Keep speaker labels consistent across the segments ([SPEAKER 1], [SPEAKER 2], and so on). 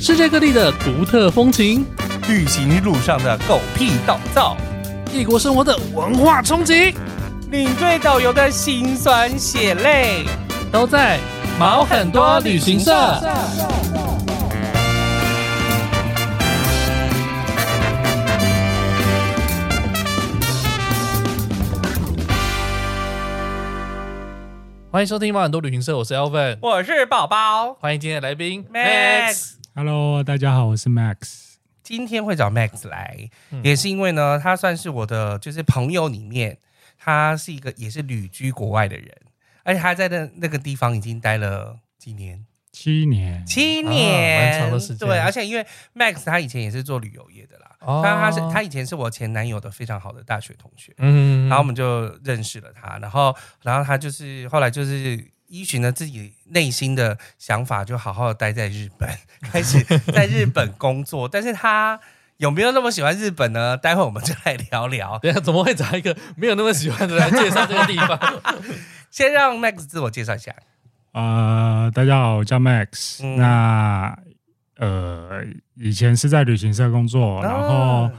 [SPEAKER 1] 世界各地的独特风情，
[SPEAKER 2] 旅行路上的狗屁倒灶，
[SPEAKER 1] 异国生活的文化冲击，
[SPEAKER 2] 领队导游的辛酸血泪，
[SPEAKER 1] 都在毛哦很多旅行社。欢迎收听毛很多旅行社，我是 Elvin，
[SPEAKER 2] 我是宝宝
[SPEAKER 1] 欢迎今天的来宾
[SPEAKER 2] Max。
[SPEAKER 3] Hello，大家好，我是 Max。
[SPEAKER 2] 今天会找 Max 来，
[SPEAKER 1] 嗯
[SPEAKER 2] 也是因为呢，他算是我的就是朋友里面，他是一个也是旅居国外的人，而且他在那那个地方已经待了几年。
[SPEAKER 3] 七年，
[SPEAKER 2] 七
[SPEAKER 1] 啊
[SPEAKER 2] 年，
[SPEAKER 1] 蛮长的时间
[SPEAKER 2] 对，而且因为 Max 他以前也是做旅游业的啦，
[SPEAKER 1] 哦
[SPEAKER 2] 他他是他以前是我前男友的非常好的大学同学，
[SPEAKER 1] 嗯
[SPEAKER 2] 然后我们就认识了他，然后然后他就是后来就是依循了自己内心的想法，就好好的待在日本， 开始在日本工作。但是他有没有那么喜欢日本呢？待会我们就来聊聊。
[SPEAKER 1] 等一下怎么会找一个没有那么喜欢的来介绍这个地 方？
[SPEAKER 2] 先让 Max 自我介绍一下，
[SPEAKER 3] 呃，大家好，我叫 Max、
[SPEAKER 2] 嗯
[SPEAKER 3] 那呃，以前是在旅行社工
[SPEAKER 2] 啊
[SPEAKER 3] 作，哦然后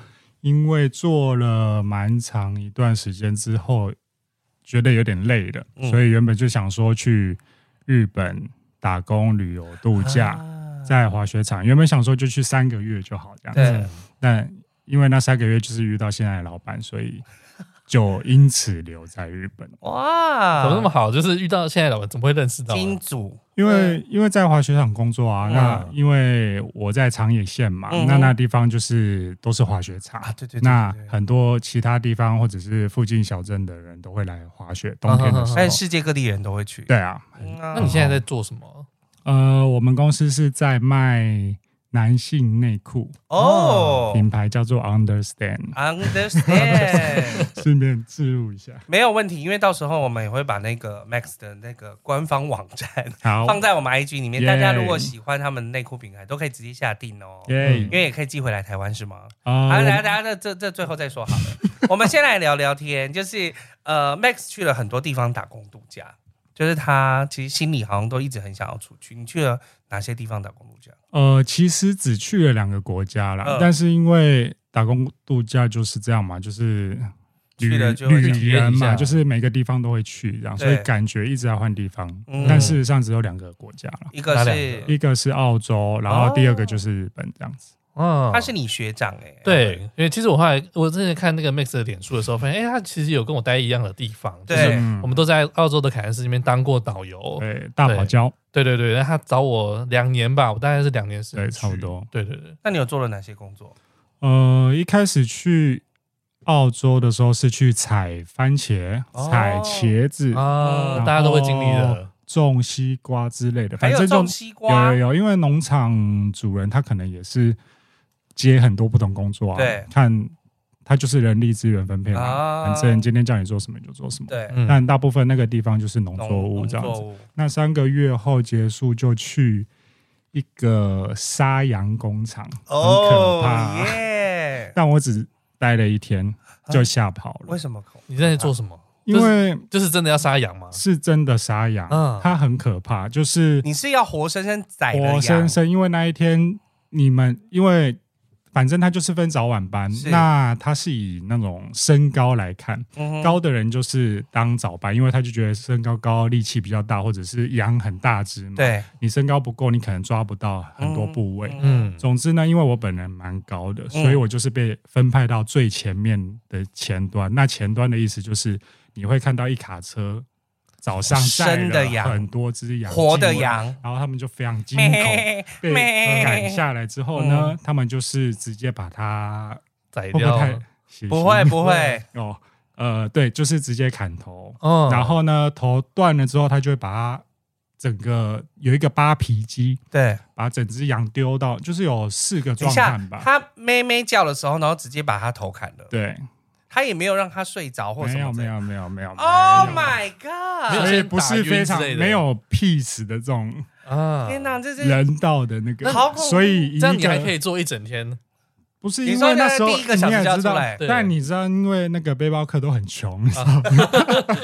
[SPEAKER 3] 因为做了蛮长一段时间之后，觉得有点累了，
[SPEAKER 2] 嗯
[SPEAKER 3] 所以原本就想说去日本打工、旅游、度假，
[SPEAKER 2] 啊
[SPEAKER 3] 在滑雪场。原本想说就去三个月就好这样子，
[SPEAKER 2] 对，
[SPEAKER 3] 但因为那三个月就是遇到现在的老板，所以就因此留在日本。
[SPEAKER 2] 哇，
[SPEAKER 1] 怎么那么好？就是遇到现在的我，怎么会认识到啊？
[SPEAKER 2] 金主？
[SPEAKER 3] 因为因为在滑雪场工作啊，
[SPEAKER 2] 嗯
[SPEAKER 3] 那因为我在长野县嘛，
[SPEAKER 2] 嗯哼
[SPEAKER 3] 那那地方就是都是滑雪场
[SPEAKER 2] 啊对对对对
[SPEAKER 3] 那
[SPEAKER 2] 对
[SPEAKER 3] 很多其他地方或者是附近小镇的人都会来滑雪，冬天的时候，
[SPEAKER 2] 但是世界各地人都会去。
[SPEAKER 3] 对啊，
[SPEAKER 2] 嗯啊，
[SPEAKER 1] 那你现在在做什么？
[SPEAKER 3] 呃，我们公司是在卖男性内裤，
[SPEAKER 2] 哦啊
[SPEAKER 3] 品牌叫做 Understand，
[SPEAKER 2] ，understand
[SPEAKER 3] 顺便置入一下，
[SPEAKER 2] 没有问题，因为到时候我们也会把那个 Max 的那个官方网站
[SPEAKER 3] 好，
[SPEAKER 2] 放在我们 IG 里面，
[SPEAKER 3] 耶
[SPEAKER 2] 大家如果喜欢他们内裤品牌，都可以直接下定哦。
[SPEAKER 3] 耶
[SPEAKER 2] 因为也可以寄回来台湾是吗？
[SPEAKER 3] 啊
[SPEAKER 2] 好，
[SPEAKER 3] 我
[SPEAKER 2] 大家大家这这这最后再说好了。 我们先来聊聊天，就是呃，Max 去了很多地方打工度假，就是他其实心里好像都一直很想要出去。你去了哪些地方打工度假？
[SPEAKER 3] 呃，其实只去了两个国家啦，
[SPEAKER 2] 嗯
[SPEAKER 3] 但是因为打工度假就是这样嘛，就是
[SPEAKER 2] 去
[SPEAKER 3] 旅
[SPEAKER 2] 了就会
[SPEAKER 1] 体
[SPEAKER 3] 旅
[SPEAKER 1] 验
[SPEAKER 3] 人
[SPEAKER 1] 一下
[SPEAKER 3] 嘛，就是每个地方都会去这样，所以
[SPEAKER 2] 对
[SPEAKER 3] 感觉一直在换地方。
[SPEAKER 2] 嗯
[SPEAKER 3] 但事实上只有两个国家了，
[SPEAKER 2] 一个
[SPEAKER 1] 哪两
[SPEAKER 2] 是
[SPEAKER 3] 一个是澳洲，然后第二个
[SPEAKER 2] 哦
[SPEAKER 3] 就是日本这样子。
[SPEAKER 1] 嗯，
[SPEAKER 2] 他是你学长哎、
[SPEAKER 1] 对，因为其实我后来我之前看那个 Max 的脸书的时候，发现哎、他其实有跟我待一样的地方，就
[SPEAKER 2] 对
[SPEAKER 1] 是
[SPEAKER 3] 嗯
[SPEAKER 1] 我们都在澳洲的凯恩斯那边当过导游。
[SPEAKER 3] 对，大堡礁，
[SPEAKER 1] 对对对，那他找我两年吧，我大概是两年时间
[SPEAKER 3] 对，
[SPEAKER 1] 去
[SPEAKER 3] 差不。多。
[SPEAKER 1] 对对对，
[SPEAKER 2] 那你有做了哪些工作？
[SPEAKER 3] 呃，一开始去澳洲的时候是去采番茄、
[SPEAKER 2] 哦
[SPEAKER 3] 采茄子、
[SPEAKER 1] 啊，
[SPEAKER 3] 嗯
[SPEAKER 1] 大家都会经历
[SPEAKER 3] 哦
[SPEAKER 1] 的。
[SPEAKER 3] 种西瓜之类的，
[SPEAKER 2] 还
[SPEAKER 3] 反
[SPEAKER 2] 有
[SPEAKER 3] 正就
[SPEAKER 2] 种西瓜，
[SPEAKER 3] 有有有，因为农场主人他可能也是接很多不同工作啊，
[SPEAKER 2] 对
[SPEAKER 3] 看他就是人力资源分配嘛，
[SPEAKER 2] 啊
[SPEAKER 3] 反正今天叫你做什么你就做什么。
[SPEAKER 2] 对，
[SPEAKER 1] 嗯，
[SPEAKER 3] 但大部分那个地方就是农作物
[SPEAKER 2] 农
[SPEAKER 3] 这样
[SPEAKER 2] 作
[SPEAKER 3] 子。
[SPEAKER 2] 物
[SPEAKER 3] 那三个月后结束就去一个杀羊工厂，很可
[SPEAKER 2] 哦
[SPEAKER 3] 怕。
[SPEAKER 2] 耶！
[SPEAKER 3] 但我只待了一天就吓跑了
[SPEAKER 2] 为，什么恐？
[SPEAKER 1] 你在做什么？
[SPEAKER 3] 因为
[SPEAKER 1] 就是真的要杀羊吗？
[SPEAKER 3] 是真的杀羊
[SPEAKER 1] 嗯，
[SPEAKER 3] 它很可怕，就是
[SPEAKER 2] 你是要活生生宰了
[SPEAKER 3] 活
[SPEAKER 2] 羊
[SPEAKER 3] 生生，因为那一天你们因为。反正他就是分早晚班
[SPEAKER 2] 是，
[SPEAKER 3] 那他是以那种身高来看，
[SPEAKER 2] 嗯哼
[SPEAKER 3] 高的人就是当早班，因为他就觉得身高高力气比较大，或者是羊很大只嘛。，
[SPEAKER 2] 对，
[SPEAKER 3] 你身高不够，你可能抓不到很多部位。
[SPEAKER 1] 嗯，
[SPEAKER 3] 总之呢，因为我本人蛮高
[SPEAKER 2] 嗯
[SPEAKER 3] 的，所以我就是被分派到最前面的前端。那前端的意思就是你会看到一卡车早上载
[SPEAKER 2] 生的
[SPEAKER 3] 了
[SPEAKER 2] 羊
[SPEAKER 3] 很多只羊，
[SPEAKER 2] 活的，羊，
[SPEAKER 3] 然后他们就非常惊恐。
[SPEAKER 2] 咩
[SPEAKER 3] 被呃
[SPEAKER 2] 咩
[SPEAKER 3] 赶下来之后呢，他们就是直接把它
[SPEAKER 1] 宰
[SPEAKER 3] 会不会
[SPEAKER 1] 掉。
[SPEAKER 3] 太血腥
[SPEAKER 2] 不 会不会，哦
[SPEAKER 3] 哦，呃，对，就是直接砍头，
[SPEAKER 1] 嗯
[SPEAKER 3] 然后呢，头断了之后，他就会把它整个有一个扒皮机，
[SPEAKER 2] 对，
[SPEAKER 3] 把整只羊丢到，就是有四
[SPEAKER 2] 等一
[SPEAKER 3] 个壮
[SPEAKER 2] 下
[SPEAKER 3] 汉，吧，
[SPEAKER 2] 他咩咩叫的时候，然后直接把他头砍了，
[SPEAKER 3] 对，
[SPEAKER 2] 他也没有让他睡着或什
[SPEAKER 3] 没有
[SPEAKER 2] 么之
[SPEAKER 3] 没
[SPEAKER 2] 类的。
[SPEAKER 3] 有没有没有
[SPEAKER 2] Oh
[SPEAKER 3] 没有
[SPEAKER 2] my
[SPEAKER 1] 没有
[SPEAKER 2] god！
[SPEAKER 3] 所以不
[SPEAKER 1] 先打
[SPEAKER 3] 是
[SPEAKER 1] 晕
[SPEAKER 3] 非
[SPEAKER 1] 之
[SPEAKER 3] 常
[SPEAKER 1] 类的
[SPEAKER 3] 没有 peace 的这种
[SPEAKER 1] 啊，
[SPEAKER 2] 天哪，这是
[SPEAKER 3] 人道的那个
[SPEAKER 2] 那好恐，怖
[SPEAKER 3] 所以以
[SPEAKER 1] 这样
[SPEAKER 3] 一
[SPEAKER 1] 你还可
[SPEAKER 3] 个
[SPEAKER 1] 以做一整天。
[SPEAKER 3] 不是
[SPEAKER 2] 你
[SPEAKER 3] 因
[SPEAKER 2] 说
[SPEAKER 3] 为那
[SPEAKER 2] 那
[SPEAKER 3] 时候
[SPEAKER 2] 第一个小
[SPEAKER 3] 你
[SPEAKER 2] 时
[SPEAKER 3] 也
[SPEAKER 2] 就要
[SPEAKER 3] 知
[SPEAKER 2] 出
[SPEAKER 3] 道
[SPEAKER 2] 来，啊
[SPEAKER 1] 对
[SPEAKER 3] 但你知道，因为那个背包客都很穷，你知道吗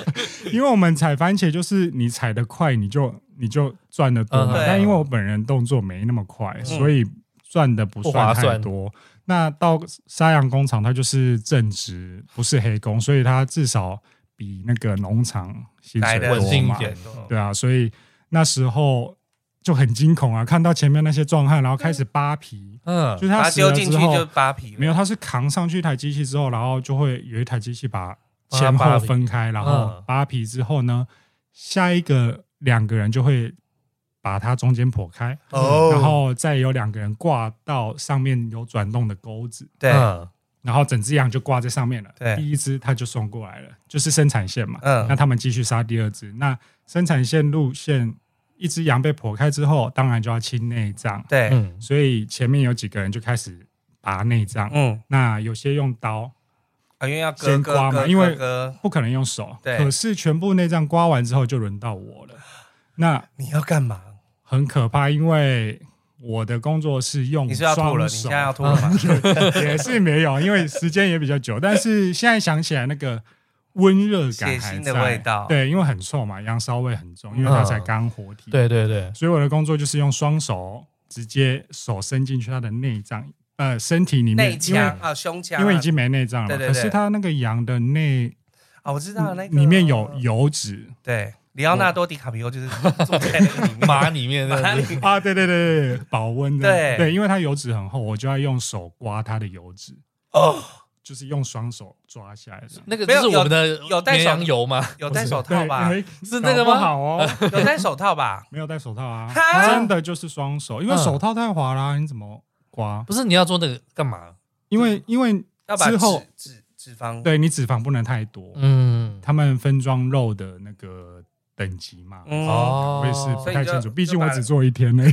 [SPEAKER 3] 因为我们采番茄就是你采的快，你就你就赚的多
[SPEAKER 2] 啊
[SPEAKER 3] 嘛
[SPEAKER 1] 嗯。对
[SPEAKER 2] 嗯
[SPEAKER 3] 但因为我本人动作没那么快，所以赚的不
[SPEAKER 1] 不划
[SPEAKER 3] 算太
[SPEAKER 1] 算
[SPEAKER 3] 多。那到沙洋工厂，它就是正职，不是黑工，所以它至少比那个农场薪
[SPEAKER 2] 来
[SPEAKER 3] 水
[SPEAKER 2] 的
[SPEAKER 1] 稳
[SPEAKER 3] 多
[SPEAKER 1] 定一
[SPEAKER 3] 嘛。
[SPEAKER 1] 点
[SPEAKER 3] 对啊，所以那时候就很惊恐啊，看到前面那些壮汉，然后开始扒皮，
[SPEAKER 1] 嗯
[SPEAKER 3] 就是
[SPEAKER 2] 把
[SPEAKER 3] 他
[SPEAKER 2] 它
[SPEAKER 3] 死
[SPEAKER 2] 丢
[SPEAKER 3] 了
[SPEAKER 2] 进
[SPEAKER 3] 之
[SPEAKER 2] 去
[SPEAKER 3] 后
[SPEAKER 2] 就扒皮了，
[SPEAKER 3] 没有，他是扛上去一台机器之后，然后就会有一台机器把
[SPEAKER 1] 帮他
[SPEAKER 3] 前
[SPEAKER 1] 扒
[SPEAKER 3] 后
[SPEAKER 1] 皮
[SPEAKER 3] 分开，然后
[SPEAKER 1] 嗯
[SPEAKER 3] 扒皮之后呢，下一个两个人就会把它中间剖开，
[SPEAKER 2] 哦
[SPEAKER 3] 然后再有两个人挂到上面有转动的钩子，
[SPEAKER 2] 对，
[SPEAKER 1] 嗯
[SPEAKER 3] 然后整只羊就挂在上面了。
[SPEAKER 2] 对
[SPEAKER 3] 第一只它就送过来了，就是生产线嘛。
[SPEAKER 2] 嗯
[SPEAKER 3] 那他们继续杀第二只。那生产线路线，一只羊被剖开之后，当然就要清内脏，
[SPEAKER 2] 对，
[SPEAKER 1] 嗯
[SPEAKER 3] 所以前面有几个人就开始拔内脏。
[SPEAKER 2] 嗯，
[SPEAKER 3] 那有些用刀，
[SPEAKER 2] 啊，因为要割
[SPEAKER 3] 先
[SPEAKER 2] 割
[SPEAKER 3] 刮嘛
[SPEAKER 2] 割，
[SPEAKER 3] 因为
[SPEAKER 2] 割割
[SPEAKER 3] 不可能用手。
[SPEAKER 2] 对
[SPEAKER 3] 可是全部内脏刮完之后，就轮到我了。那
[SPEAKER 2] 你要干嘛？
[SPEAKER 3] 很可怕，因为我的工作是用
[SPEAKER 2] 你是要吐了？
[SPEAKER 3] 双
[SPEAKER 2] 你
[SPEAKER 3] 手
[SPEAKER 2] 现在要吐了吗？
[SPEAKER 3] 也是没有，因为时间也比较久。但是现在想起来，那个温热感还
[SPEAKER 2] 血腥
[SPEAKER 3] 在
[SPEAKER 2] 的味道嗯
[SPEAKER 3] 对，因为很臭嘛，羊骚味很重，因为它才刚活体。，
[SPEAKER 1] 对对对，
[SPEAKER 3] 所以我的工作就是用双手直接手伸进去它的内脏，呃，身体里
[SPEAKER 2] 内
[SPEAKER 3] 面，因为
[SPEAKER 2] 腔啊，胸腔啊，
[SPEAKER 3] 因为已经没内脏了嘛，
[SPEAKER 2] 对对
[SPEAKER 3] 可
[SPEAKER 2] 对
[SPEAKER 3] 是它那个羊的内
[SPEAKER 2] 啊，我知道那个
[SPEAKER 3] 里面有油脂。
[SPEAKER 2] 对，里奥纳多·迪卡皮欧就是坐在那个里面
[SPEAKER 1] 马里 面那
[SPEAKER 2] 马
[SPEAKER 1] 样
[SPEAKER 2] 里
[SPEAKER 1] 子，
[SPEAKER 3] 啊，对对对对，对保温的，
[SPEAKER 2] 对
[SPEAKER 3] 对，因为它油脂很厚，我就要用手刮它的油脂，
[SPEAKER 2] 哦，
[SPEAKER 3] 就是用双手抓下来的。
[SPEAKER 1] 那个
[SPEAKER 2] 没有
[SPEAKER 1] 就是我们的
[SPEAKER 2] 有戴手
[SPEAKER 1] 绵羊油吗？
[SPEAKER 2] 有戴手
[SPEAKER 3] 对
[SPEAKER 2] 套吧？
[SPEAKER 3] 哎
[SPEAKER 1] 是那个
[SPEAKER 3] 搞不
[SPEAKER 1] 吗
[SPEAKER 3] 好 哦，
[SPEAKER 2] 有戴手套吧？
[SPEAKER 3] 没有戴手套啊
[SPEAKER 2] 哈，
[SPEAKER 3] 真的就是双手，因为
[SPEAKER 1] 嗯
[SPEAKER 3] 手套太滑啦，你怎么刮？
[SPEAKER 1] 不是你要做那个干嘛？
[SPEAKER 3] 因为因为
[SPEAKER 2] 要把
[SPEAKER 3] 之后
[SPEAKER 2] 脂脂脂肪
[SPEAKER 3] 对你脂肪不能太多，
[SPEAKER 1] 嗯，
[SPEAKER 3] 他们分装肉的那个等级嘛，
[SPEAKER 2] 嗯
[SPEAKER 1] 哦，
[SPEAKER 3] 我也是不
[SPEAKER 2] 所以
[SPEAKER 3] 太
[SPEAKER 2] 就
[SPEAKER 3] 清
[SPEAKER 2] 就
[SPEAKER 3] 楚，毕竟
[SPEAKER 2] 把
[SPEAKER 3] 我只做一天呢。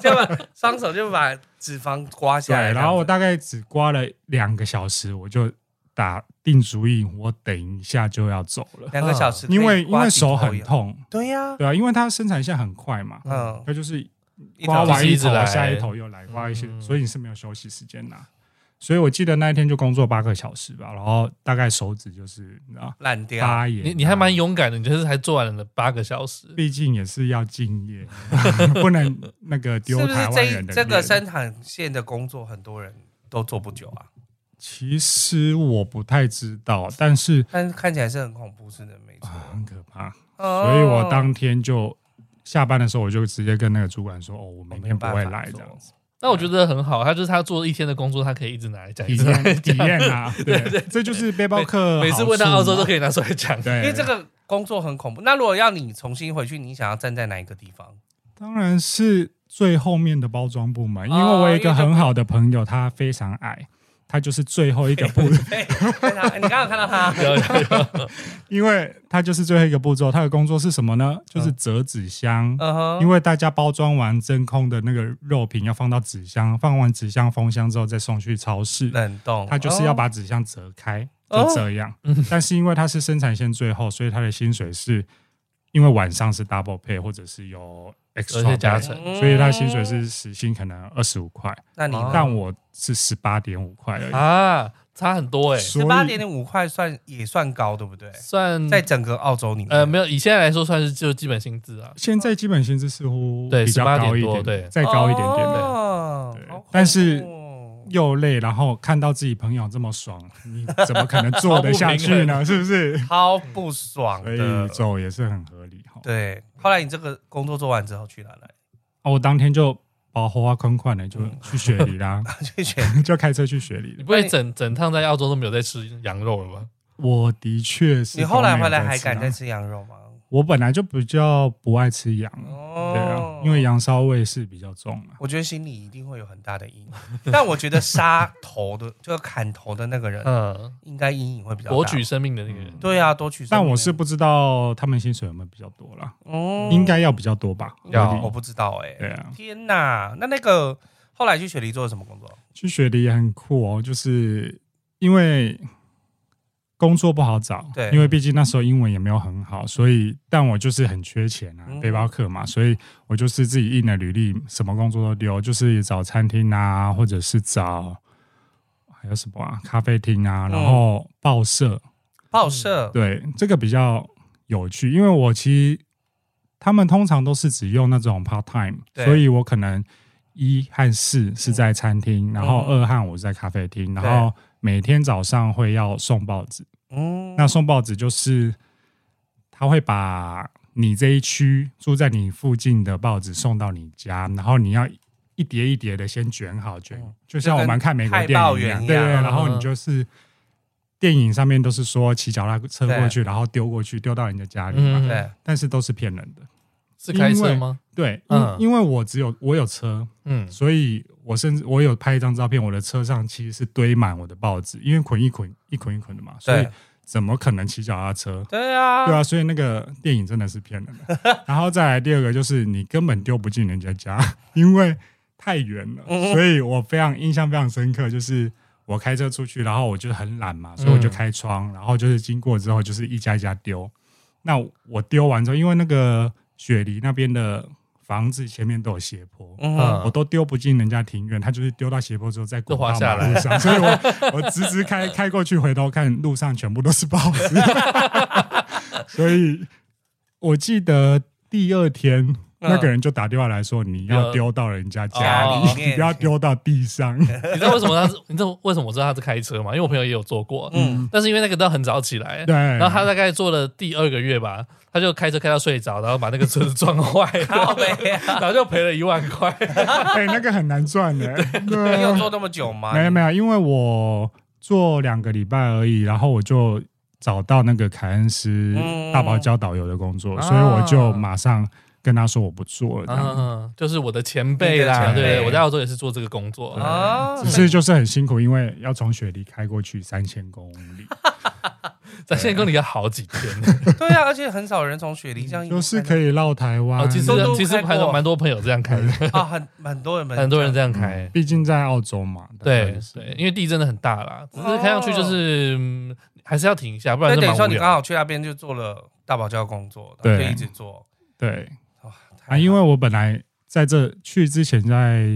[SPEAKER 2] 就把双手就把脂肪刮
[SPEAKER 3] 对，
[SPEAKER 2] 下来，
[SPEAKER 3] 然后我大概只刮了两个小时，我就打定主意，我等一下就要走了，
[SPEAKER 2] 两个小时可以
[SPEAKER 3] 嗯因为因
[SPEAKER 2] 刮
[SPEAKER 3] 为
[SPEAKER 2] 几
[SPEAKER 3] 手
[SPEAKER 2] 头
[SPEAKER 3] 很
[SPEAKER 2] 油，
[SPEAKER 3] 痛，
[SPEAKER 2] 对呀，
[SPEAKER 3] 对啊，因为它生产线很快嘛，
[SPEAKER 2] 嗯，
[SPEAKER 3] 它就是
[SPEAKER 2] 一
[SPEAKER 3] 刮
[SPEAKER 2] 条
[SPEAKER 3] 完一
[SPEAKER 1] 一直
[SPEAKER 3] 头
[SPEAKER 1] 来，
[SPEAKER 3] 下一头又来刮一些，
[SPEAKER 1] 嗯
[SPEAKER 3] 所以你是没有休息时间的啊、所以我记得那一天就工作八个小时吧，然后大概手指就是你知道
[SPEAKER 2] 烂掉，
[SPEAKER 3] 发炎啊、
[SPEAKER 1] 你你还蛮勇敢的，你就是还做完了八个小时，
[SPEAKER 3] 毕竟也是要 敬业，不能那个
[SPEAKER 2] 是
[SPEAKER 3] 丢
[SPEAKER 2] 不是
[SPEAKER 3] 台湾
[SPEAKER 2] 这
[SPEAKER 3] 人的
[SPEAKER 2] 这个
[SPEAKER 3] 脸
[SPEAKER 2] 生产线的工作很多人都做不久啊？
[SPEAKER 3] 其实我不太知道，但是
[SPEAKER 2] 但是看起来是很恐怖，是的，没错。
[SPEAKER 3] 啊很可怕，
[SPEAKER 2] 哦
[SPEAKER 3] 所以我当天就下班的时候，我就直接跟那个主管说：“哦，我明天不会来这样子，
[SPEAKER 1] 那我觉得很好，他就是他做一天的工作，他可以一直拿来讲，
[SPEAKER 3] 体
[SPEAKER 1] 一直 拿来
[SPEAKER 3] 验体
[SPEAKER 1] 讲。
[SPEAKER 3] 验啊，对，这就是背包客
[SPEAKER 1] 每次问到澳洲都
[SPEAKER 3] 以，
[SPEAKER 1] 可以拿出来 讲。
[SPEAKER 3] 对，
[SPEAKER 2] 因为这个工作很恐怖。那如果要你重新回去，你想要站在哪一个地 方？
[SPEAKER 3] 当然是最后面的包装部哦门，因为我有一个很好的朋友，他非常矮，他就是最后一个步，
[SPEAKER 2] 对，对他哎你刚刚有看到他，
[SPEAKER 3] 啊
[SPEAKER 1] 有有有
[SPEAKER 3] 因为嗯他就是最后一个步骤。他的工作是什么呢？就是折纸箱。
[SPEAKER 2] 嗯
[SPEAKER 3] 因
[SPEAKER 2] 哼，
[SPEAKER 3] 为大家包装完真空的那个肉品要放到纸箱，放完纸箱封箱之后再送去超市，
[SPEAKER 2] 冷冻，
[SPEAKER 3] 他就是要
[SPEAKER 2] 哦
[SPEAKER 3] 把纸箱折开，
[SPEAKER 2] 哦
[SPEAKER 3] 就这样。
[SPEAKER 1] 嗯
[SPEAKER 3] 但是因为他是生产线最后，所以他的薪水是因为晚上是 double pay 或者是有
[SPEAKER 1] 有一些
[SPEAKER 3] extra
[SPEAKER 1] 加
[SPEAKER 3] pay
[SPEAKER 1] 成
[SPEAKER 2] 嗯
[SPEAKER 3] 所以他薪水是时薪可能二十五块，
[SPEAKER 2] 那你
[SPEAKER 1] 哦
[SPEAKER 2] 呢？
[SPEAKER 3] 但我是十八点五块而已。
[SPEAKER 1] 啊，差很多哎、
[SPEAKER 3] 所
[SPEAKER 2] 十
[SPEAKER 3] 以
[SPEAKER 2] 八点点五块算也算高，对不对？
[SPEAKER 3] 嗯
[SPEAKER 1] 算
[SPEAKER 2] 在整个澳洲里面，
[SPEAKER 1] 呃没有，以现在来说算是就基本薪资啊。
[SPEAKER 3] 现在基本薪资似乎
[SPEAKER 1] 对
[SPEAKER 3] 比较高
[SPEAKER 1] 18
[SPEAKER 3] 一
[SPEAKER 1] 点多
[SPEAKER 3] 点，
[SPEAKER 1] 对
[SPEAKER 3] 再高一点点的，
[SPEAKER 2] 哦
[SPEAKER 3] 对
[SPEAKER 2] 好恐怖
[SPEAKER 3] 但是又累，然后看到自己朋友这么爽，你怎么可能做得 下去呢？是不是？
[SPEAKER 2] 超不爽
[SPEAKER 3] 所
[SPEAKER 2] 的
[SPEAKER 3] 以。走也是很合理哈。
[SPEAKER 2] 对，后来你这个工作做完之后去哪里？
[SPEAKER 3] 啊，我当天就把花花款款的就
[SPEAKER 2] 嗯
[SPEAKER 3] 去雪 梨啦，
[SPEAKER 2] 去选
[SPEAKER 3] 就开 车去雪梨
[SPEAKER 1] 你
[SPEAKER 3] 了。
[SPEAKER 1] 不会整整趟在澳洲都没有在吃羊肉了吧？
[SPEAKER 3] 我的确是
[SPEAKER 2] 你
[SPEAKER 3] 都没有在吃啊、
[SPEAKER 2] 后来回来还敢再吃羊肉吗？
[SPEAKER 3] 我本来就比较不爱吃羊，对啊
[SPEAKER 2] 哦，
[SPEAKER 3] 因为羊骚味是比较重啊。
[SPEAKER 2] 我觉得心里一定会有很大的阴影。但我觉得杀头的，就是砍头的那个人，
[SPEAKER 1] 嗯，
[SPEAKER 2] 应该阴影会比较大。
[SPEAKER 1] 博取生命的那个人，
[SPEAKER 2] 对啊，夺取生
[SPEAKER 3] 但
[SPEAKER 2] 命。
[SPEAKER 3] 我是不知道他们薪水有没有比较多啦，
[SPEAKER 2] 嗯
[SPEAKER 3] 应该要比较多吧？
[SPEAKER 1] 要
[SPEAKER 2] 我不知道哎、
[SPEAKER 3] 对啊，
[SPEAKER 2] 天哪，那那个后来去雪梨做了什么工作？
[SPEAKER 3] 去雪梨也很酷哦，就是因为工作不好找，
[SPEAKER 2] 对
[SPEAKER 3] 因为毕竟那时候英文也没有很好，所以但我就是很缺钱啊
[SPEAKER 2] 嗯，
[SPEAKER 3] 背包客嘛，所以我就是自己印了履历，什么工作都丢，就是找餐厅啊，或者是找还有什么啊，咖啡厅啊，
[SPEAKER 2] 嗯
[SPEAKER 3] 然后报社，
[SPEAKER 2] 报社。
[SPEAKER 3] 嗯对，这个比较有趣，因为我其实他们通常都是只用那种 part time，
[SPEAKER 2] 对
[SPEAKER 3] 所以我可能一和四是在餐厅，然后二和五是在咖啡厅，然后每天早上会要送报纸。
[SPEAKER 2] 嗯，
[SPEAKER 3] 那送报纸就是他会把你这一区住在你附近的报纸送到你家，然后你要一叠一叠的先卷好卷
[SPEAKER 2] 嗯，
[SPEAKER 3] 就像我们看美国电
[SPEAKER 2] 就跟
[SPEAKER 3] 影
[SPEAKER 2] 派报
[SPEAKER 3] 一
[SPEAKER 2] 员
[SPEAKER 3] 样，
[SPEAKER 2] 一样
[SPEAKER 3] 对对。
[SPEAKER 2] 嗯
[SPEAKER 3] 然后你就是电影上面都是说骑脚踏车
[SPEAKER 2] 对
[SPEAKER 3] 过去，然后丢过去，丢到人家家里嘛，
[SPEAKER 1] 嗯，
[SPEAKER 2] 对，啊
[SPEAKER 3] 但是都是骗人的。
[SPEAKER 1] 是开车吗？
[SPEAKER 3] 对，
[SPEAKER 1] 嗯
[SPEAKER 3] 因因为我只有我有车，
[SPEAKER 1] 嗯，
[SPEAKER 3] 所以我甚至我有拍一张照片，我的车上其实是堆满我的报纸，因为捆一捆一捆一捆的嘛，所以
[SPEAKER 2] 对
[SPEAKER 3] 怎么可能骑脚踏车？
[SPEAKER 2] 对啊，
[SPEAKER 3] 对啊，所以那个电影真的是骗人 的。然后再来第二个就是你根本丢不进人家家，因为太远了。
[SPEAKER 2] 嗯
[SPEAKER 3] 所以我非常印象非常深刻，就是我开车出去，然后我就很懒嘛，所以我
[SPEAKER 2] 嗯
[SPEAKER 3] 就开窗，然后就是经过之后就是一家一家丢。那我丢完之后，因为那个雪梨那边的房子前面都有斜坡，
[SPEAKER 2] 嗯
[SPEAKER 1] 嗯
[SPEAKER 3] 我都丢不进人家庭院，他就是丢到斜坡之后再滚
[SPEAKER 1] 就滑
[SPEAKER 3] 到
[SPEAKER 1] 下
[SPEAKER 3] 马路
[SPEAKER 1] 来
[SPEAKER 3] 上， 所以我我直直开开过去，回头看路上全部都是报纸， 所以我记得第二天。那个人就打电话来说：“你
[SPEAKER 1] 啊
[SPEAKER 3] 要丢到人家家
[SPEAKER 1] 哦
[SPEAKER 3] 里，你不要丢到地 上。
[SPEAKER 1] 你知道为什么他是？你知道为什么我知道他是开车吗？因为我朋友也有做过，啊
[SPEAKER 2] 嗯，
[SPEAKER 1] 但是因为那个都很早起来”，
[SPEAKER 3] 对，
[SPEAKER 1] 然后他大概做了第二个月吧，他就开车开到睡着，然后把那个车子撞坏
[SPEAKER 2] 好
[SPEAKER 1] 了，
[SPEAKER 2] 呗 啊，
[SPEAKER 1] 然后就赔了一万块。
[SPEAKER 3] 哎，那个很难 赚的。对
[SPEAKER 2] 你
[SPEAKER 3] 啊
[SPEAKER 2] 有做那么久吗？
[SPEAKER 3] 没有没有，因为我做两个礼拜而已，然后我就找到那个凯恩斯
[SPEAKER 2] 嗯
[SPEAKER 3] 大堡礁导游的工作，
[SPEAKER 1] 啊
[SPEAKER 3] 所以我就马上跟他说我不做了这样。
[SPEAKER 1] 嗯，就是我的前辈
[SPEAKER 2] 你的
[SPEAKER 1] 啦，
[SPEAKER 2] 前辈
[SPEAKER 1] 对我在澳洲也是做这个工作。
[SPEAKER 2] 啊，
[SPEAKER 3] 只是就是很辛苦，因为要从雪梨开过去三千公 里，
[SPEAKER 1] 在现在跟你要好几天，
[SPEAKER 2] 对啊，而且很少人从雪梨这样一路
[SPEAKER 3] 嗯就是
[SPEAKER 2] 开
[SPEAKER 3] 可以绕台
[SPEAKER 1] 哎哦，
[SPEAKER 3] 湾。
[SPEAKER 1] 其实
[SPEAKER 2] 都都
[SPEAKER 1] 其实
[SPEAKER 2] 开过
[SPEAKER 1] 还有蛮多朋友这样开的，
[SPEAKER 2] 啊，很很多人
[SPEAKER 1] 很多人这样开。
[SPEAKER 3] 毕竟在澳洲嘛，
[SPEAKER 1] 对
[SPEAKER 3] 是
[SPEAKER 1] 对，因为地真的很大啦，只是开上去就是、嗯还是要停一下，不
[SPEAKER 2] 所
[SPEAKER 1] 然
[SPEAKER 2] 以
[SPEAKER 1] 就
[SPEAKER 2] 等于
[SPEAKER 1] 蛮
[SPEAKER 2] 说
[SPEAKER 1] 无
[SPEAKER 2] 你
[SPEAKER 1] 聊。
[SPEAKER 2] 刚好去那边就做了大堡礁工作，然后
[SPEAKER 3] 对
[SPEAKER 2] 就一直做
[SPEAKER 3] 对
[SPEAKER 2] 哇
[SPEAKER 1] 哎
[SPEAKER 3] 啊，因为我本来在这去之前在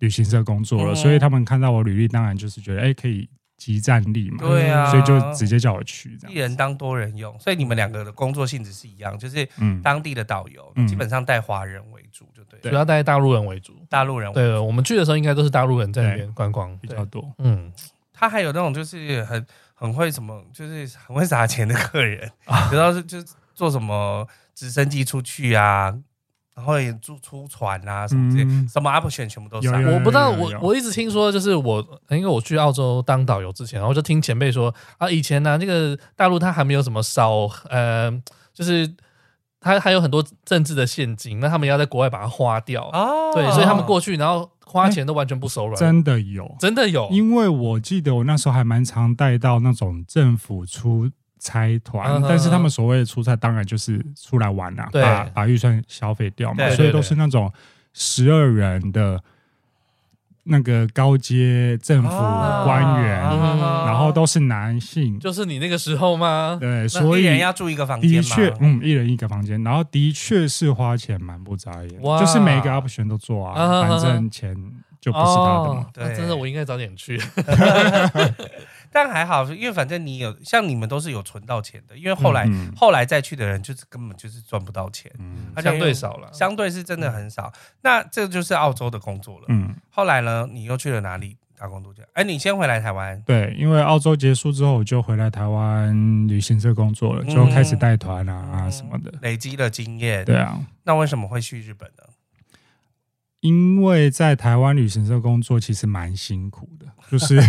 [SPEAKER 3] 旅行社工作了，
[SPEAKER 2] 嗯
[SPEAKER 3] 所以他们看到我履历，当然就是觉得哎、可以集战力嘛，
[SPEAKER 2] 对啊，
[SPEAKER 3] 所以就直接叫我去这
[SPEAKER 2] 一
[SPEAKER 3] 样。
[SPEAKER 2] 人当多人用，所以你们两个的工作性质是一样，就是
[SPEAKER 3] 嗯，
[SPEAKER 2] 当地的导游，
[SPEAKER 3] 嗯
[SPEAKER 2] 基本上带华人为主，就对了，
[SPEAKER 1] 主要带大陆人为主。
[SPEAKER 2] 大陆人。
[SPEAKER 1] 对，我们去的时候应该都是大陆人在那边观光。
[SPEAKER 3] 比
[SPEAKER 1] 对
[SPEAKER 3] 较多。
[SPEAKER 1] 嗯，
[SPEAKER 2] 他还有那种就是很很会什么，就是很会撒钱的客人，
[SPEAKER 3] 啊
[SPEAKER 2] 然后就是做什么直升机出去啊，然后也出出船啊什么之类，
[SPEAKER 3] 嗯
[SPEAKER 2] 什么 option 全部都上
[SPEAKER 3] 有。有
[SPEAKER 1] 我不知道，我
[SPEAKER 3] 嗯有
[SPEAKER 1] 我一直听说，就是我因为我去澳洲当导游之前，然后就听前辈说啊，以前呢、那个大陆它还没有什么少呃，就是它还有很多政治的现金，那他们要在国外把它花掉。
[SPEAKER 2] 哦，
[SPEAKER 1] 对，所以他们过去然后花钱都完全不手软，
[SPEAKER 3] 哎真的有，
[SPEAKER 2] 哦
[SPEAKER 1] 真的有，
[SPEAKER 3] 因为我记得我那时候还蛮常带到那种政府出差团
[SPEAKER 1] 嗯，
[SPEAKER 3] 但是他们所谓的出差，当然就是出来玩啊，
[SPEAKER 1] 对
[SPEAKER 3] 把把预算消费掉嘛
[SPEAKER 2] 对，对
[SPEAKER 3] 所以都
[SPEAKER 1] 对
[SPEAKER 3] 是那种十二人的那个高阶政府
[SPEAKER 2] 哦
[SPEAKER 3] 官员，
[SPEAKER 2] 哦
[SPEAKER 3] 然后都是男性，
[SPEAKER 1] 就是你那个时候吗？
[SPEAKER 3] 对，
[SPEAKER 2] 那
[SPEAKER 3] 所
[SPEAKER 2] 一
[SPEAKER 3] 以
[SPEAKER 2] 人要住一个房间
[SPEAKER 3] 的
[SPEAKER 2] 吗？
[SPEAKER 3] 确，嗯，一人一个房间，然后的确是花钱蛮不眨眼的，
[SPEAKER 1] 哇
[SPEAKER 3] 就是每个 option 都做
[SPEAKER 1] 啊哈
[SPEAKER 3] 啊，
[SPEAKER 1] 哈哈
[SPEAKER 3] 反正钱就不是他的嘛
[SPEAKER 1] 哦。那
[SPEAKER 2] 对
[SPEAKER 1] 真的我应该早点去。
[SPEAKER 2] 但还好，因为反正你有像你们都是有存到钱的，因为后来、
[SPEAKER 3] 嗯嗯
[SPEAKER 2] 后来再去的人就是根本就是赚不到钱，
[SPEAKER 3] 嗯
[SPEAKER 2] 而且
[SPEAKER 1] 相对少了，
[SPEAKER 2] 相对是真的很少。那这就是澳洲的工作了。
[SPEAKER 3] 嗯，
[SPEAKER 2] 后来呢，你又去了哪里打工度假？哎，你先回来台湾，
[SPEAKER 3] 对，因为澳洲结束之后，我就回来台湾旅行社工作了，
[SPEAKER 2] 嗯
[SPEAKER 3] 就开始带团啊
[SPEAKER 2] 嗯
[SPEAKER 3] 什么的。
[SPEAKER 2] 累积了经验。
[SPEAKER 3] 对啊，
[SPEAKER 2] 那为什么会去日本呢？
[SPEAKER 3] 因为在台湾旅行社工作其实蛮辛苦的，就是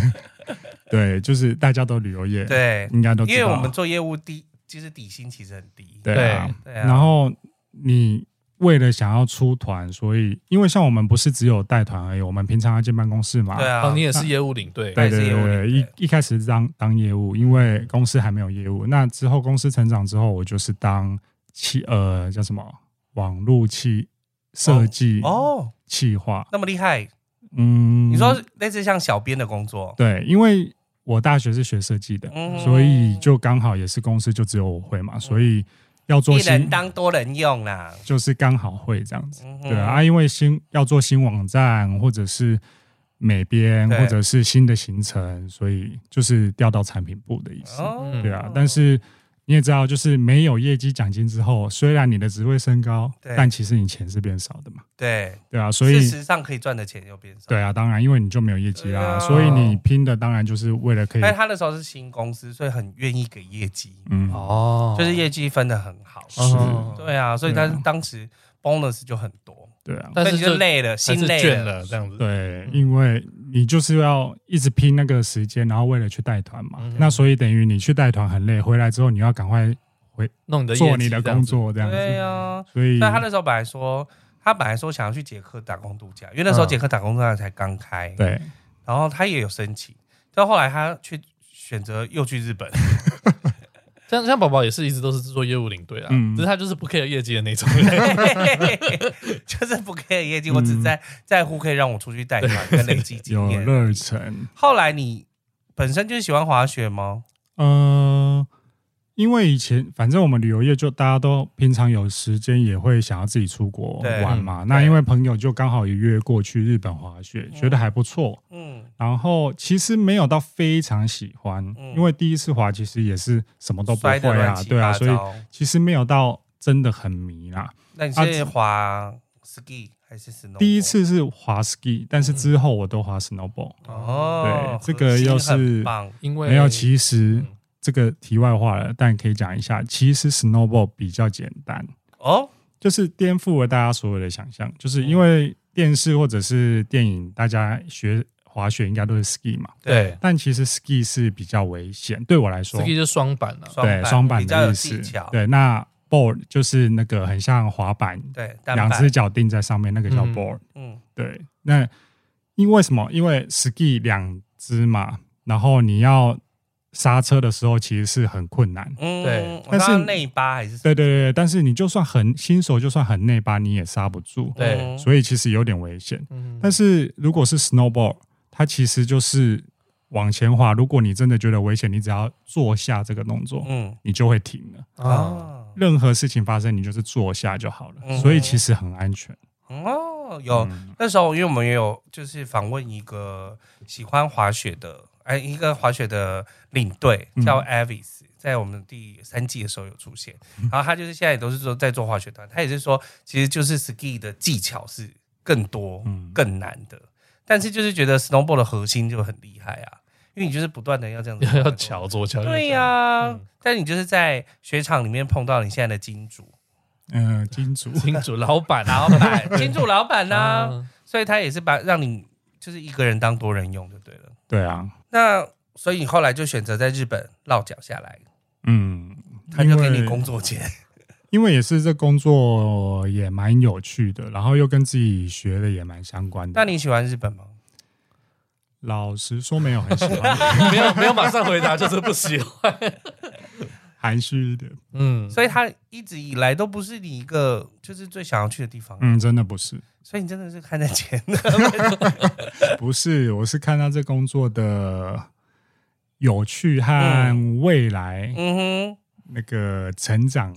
[SPEAKER 3] 对，就是大家都旅游业，
[SPEAKER 2] 对，
[SPEAKER 3] 应该都知
[SPEAKER 2] 因
[SPEAKER 3] 道。
[SPEAKER 2] 为我们做业务低，其实底薪其实很低。
[SPEAKER 3] 对啊，
[SPEAKER 2] 对啊，
[SPEAKER 3] 然后你为了想要出团，所以因为像我们不是只有带团而已，我们平常要进办公室嘛。
[SPEAKER 2] 对啊
[SPEAKER 1] 哦，你也是业务领队，
[SPEAKER 2] 对
[SPEAKER 3] 嗯对
[SPEAKER 2] 是
[SPEAKER 3] 对
[SPEAKER 2] 业务
[SPEAKER 3] 对
[SPEAKER 2] 领
[SPEAKER 3] 对，
[SPEAKER 2] 队
[SPEAKER 3] 一一开始是当当业务，因为公司还没有业务。那之后公司成长之后，我就是当企呃叫什么网络企设计
[SPEAKER 2] 哦，
[SPEAKER 3] 企划。
[SPEAKER 2] 那么厉害，
[SPEAKER 3] 嗯，
[SPEAKER 2] 你说类似像小编的工作，
[SPEAKER 3] 对，因为我大学是学设计的，
[SPEAKER 2] 嗯
[SPEAKER 3] 所以就刚好也是公司就只有我会嘛，所以要做
[SPEAKER 2] 一
[SPEAKER 3] 新
[SPEAKER 2] 人当多人用啦。
[SPEAKER 3] 就是刚好会这样子。
[SPEAKER 2] 嗯哼
[SPEAKER 3] 对啊，，因为新要做新网站，或者是美编，
[SPEAKER 2] 对
[SPEAKER 3] 或者是新的行程，所以就是调到产品部的意思。
[SPEAKER 2] 哦
[SPEAKER 1] 嗯
[SPEAKER 3] 对啊，但是你也知道，就是没有业绩奖金之后，虽然你的职位升高，
[SPEAKER 2] 对
[SPEAKER 3] 但其实你钱是变少的嘛。
[SPEAKER 2] 对，
[SPEAKER 3] 对啊，所
[SPEAKER 2] 事
[SPEAKER 3] 以
[SPEAKER 2] 实上可以赚的钱又变少。
[SPEAKER 3] 对啊，当然，因为你就没有业绩
[SPEAKER 2] 对
[SPEAKER 3] 啦，
[SPEAKER 2] 啊哎
[SPEAKER 3] 所以你拼的当然就是为了可以
[SPEAKER 2] 但，是他那时候是新公司，所以很愿意给业绩，
[SPEAKER 3] 嗯，
[SPEAKER 1] 哦，
[SPEAKER 2] 就是业绩分的很好。
[SPEAKER 3] 是
[SPEAKER 1] 哦
[SPEAKER 2] 对啊，所以
[SPEAKER 3] 对啊
[SPEAKER 2] 但是当时 bonus 就很多，
[SPEAKER 3] 对啊，
[SPEAKER 1] 但
[SPEAKER 2] 所以
[SPEAKER 1] 是
[SPEAKER 2] 你就累了，
[SPEAKER 1] 还
[SPEAKER 2] 心
[SPEAKER 1] 是
[SPEAKER 2] 累
[SPEAKER 1] 倦了这样子。
[SPEAKER 3] 对，因为你就是要一直拼那个时间，然后为了去带团嘛
[SPEAKER 1] 嗯，
[SPEAKER 3] 那所以等于你去带团很累，回来之后你要赶快
[SPEAKER 1] 弄你的业绩
[SPEAKER 3] 做你的
[SPEAKER 1] 这样
[SPEAKER 3] 工
[SPEAKER 1] 子，
[SPEAKER 3] 作这样
[SPEAKER 2] 对
[SPEAKER 3] 子，
[SPEAKER 2] 啊，
[SPEAKER 3] 所以
[SPEAKER 2] 但他那时候本来说，他本来说想要去捷克打工度假，因为那时候
[SPEAKER 1] 嗯
[SPEAKER 2] 捷克打工度假才刚开，
[SPEAKER 3] 对
[SPEAKER 2] 然后他也有申请，但后来他去选择又去日本，
[SPEAKER 1] 像像宝宝也是一直都是做业务领队啊，
[SPEAKER 3] 嗯
[SPEAKER 1] 只是他就是不 care 业绩的那种人。
[SPEAKER 2] 就是不 care 业绩，我只在在乎可以让我出去带团跟累积经
[SPEAKER 3] 有
[SPEAKER 2] 验。
[SPEAKER 3] 热忱，
[SPEAKER 2] 后来你本身就是喜欢滑雪吗？
[SPEAKER 3] 呃，因为以前反正我们旅游业就大家都平常有时间也会想要自己出国
[SPEAKER 2] 对
[SPEAKER 3] 玩嘛，
[SPEAKER 2] 嗯
[SPEAKER 3] 那
[SPEAKER 2] 对
[SPEAKER 3] 因为朋友就刚好也约过去日本滑雪，觉得还不错，
[SPEAKER 2] 嗯，
[SPEAKER 3] 然后其实没有到非常喜欢，
[SPEAKER 2] 嗯
[SPEAKER 3] 因为第一次滑其实也是什么都不
[SPEAKER 2] 摔
[SPEAKER 3] 会
[SPEAKER 2] 得乱
[SPEAKER 3] 啊，
[SPEAKER 2] 七
[SPEAKER 3] 对啊，
[SPEAKER 2] 八
[SPEAKER 3] 所以
[SPEAKER 2] 糟。
[SPEAKER 3] 其实没有到真的很迷啦。
[SPEAKER 2] 那你
[SPEAKER 3] 啊
[SPEAKER 2] 是滑 ski 还是 snow？
[SPEAKER 3] 第一次是滑 ski，但
[SPEAKER 2] 嗯
[SPEAKER 3] 是之后我都滑 snowboard。
[SPEAKER 2] 哦，
[SPEAKER 3] 对这个又
[SPEAKER 2] 核心
[SPEAKER 3] 是
[SPEAKER 2] 很棒，
[SPEAKER 1] 因为
[SPEAKER 3] 没有，其实
[SPEAKER 1] 嗯
[SPEAKER 3] 这个题外话了，但可以讲一下，其实 snowboard 比较简单，
[SPEAKER 2] 哦，
[SPEAKER 3] 就是颠覆了大家所有的想象，就是
[SPEAKER 2] 嗯
[SPEAKER 3] 因为电视或者是电影，大家学滑雪应该都是 ski 嘛，
[SPEAKER 1] 对
[SPEAKER 3] 但其实 ski 是比较危险，对我来说，
[SPEAKER 1] ，ski 就是双板啊，
[SPEAKER 3] 对双板
[SPEAKER 2] 比较
[SPEAKER 3] 的
[SPEAKER 2] 有
[SPEAKER 3] 意
[SPEAKER 2] 技
[SPEAKER 3] 思
[SPEAKER 2] 巧，，
[SPEAKER 3] 对，那 board 就是那个很像滑板，
[SPEAKER 2] 对，单
[SPEAKER 3] 两
[SPEAKER 2] 板
[SPEAKER 3] 只，脚钉在上面，那个叫
[SPEAKER 1] 嗯
[SPEAKER 3] board。
[SPEAKER 2] 嗯
[SPEAKER 3] 对，那因为什么？因为 ski 两只嘛，然后你要刹车的时候其实是很困难。
[SPEAKER 2] 嗯，
[SPEAKER 1] 对
[SPEAKER 2] 我
[SPEAKER 3] 但是
[SPEAKER 2] 刚刚内八还是什么
[SPEAKER 3] 对对对，但是你就算很新手，就算很内八，你也刹不住，
[SPEAKER 1] 对
[SPEAKER 2] 嗯
[SPEAKER 3] 所以其实有点危险。
[SPEAKER 1] 嗯
[SPEAKER 3] 但是如果是 snowboard，它其实就是往前滑。如果你真的觉得危险，你只要坐下这个动作，
[SPEAKER 2] 嗯
[SPEAKER 3] 你就会停了。
[SPEAKER 1] 啊，
[SPEAKER 2] 啊
[SPEAKER 3] 任何事情发生，你就是坐下就好了。
[SPEAKER 2] 嗯
[SPEAKER 3] 所以其实很安全。
[SPEAKER 2] 哦，有
[SPEAKER 3] 嗯
[SPEAKER 2] 那时候，因为我们也有就是访问一个喜欢滑雪的，哎，一个滑雪的领队
[SPEAKER 3] 嗯
[SPEAKER 2] 叫 Avis，、在我们第三季的时候有出现。
[SPEAKER 1] 嗯
[SPEAKER 2] 然后他就是现在也都是说在做滑雪团，他也是说，其实就是 ski 的技巧是更多、
[SPEAKER 3] 嗯
[SPEAKER 2] 更难的，但是就是觉得 snowboard 的核心就很厉害啊，因为你就是不断的要这样子
[SPEAKER 1] 要要巧左巧，
[SPEAKER 2] 对呀、嗯但你就是在雪场里面碰到你现在的金主
[SPEAKER 3] 嗯，金主
[SPEAKER 1] 清楚老板啊，
[SPEAKER 2] 老 板，金主老板呐、
[SPEAKER 1] 啊
[SPEAKER 2] 所以他也是把让你就是一个人当多人用就对了。
[SPEAKER 3] 对啊，
[SPEAKER 2] 那所以你后来就选择在日本落脚下来，
[SPEAKER 3] 嗯，
[SPEAKER 2] 他就给
[SPEAKER 3] 因
[SPEAKER 2] 你
[SPEAKER 3] 为
[SPEAKER 2] 工作钱。
[SPEAKER 3] 因为也是这工作也蛮有趣的，然后又跟自己学的也蛮相关
[SPEAKER 2] 那
[SPEAKER 3] 的。
[SPEAKER 2] 你喜欢日本吗？
[SPEAKER 3] 老实说，没有很喜欢，
[SPEAKER 1] 没有没有马上回答，就是不喜欢。
[SPEAKER 3] 含蓄一点。
[SPEAKER 1] 嗯，
[SPEAKER 2] 所以他一直以来都不是你一个就是最想要去的地方，
[SPEAKER 3] 嗯，真的不是，
[SPEAKER 2] 所以你真的是看在钱 的。
[SPEAKER 3] 不是，我是看到这工作的有趣和未来
[SPEAKER 2] 嗯哼，
[SPEAKER 3] 那个成长。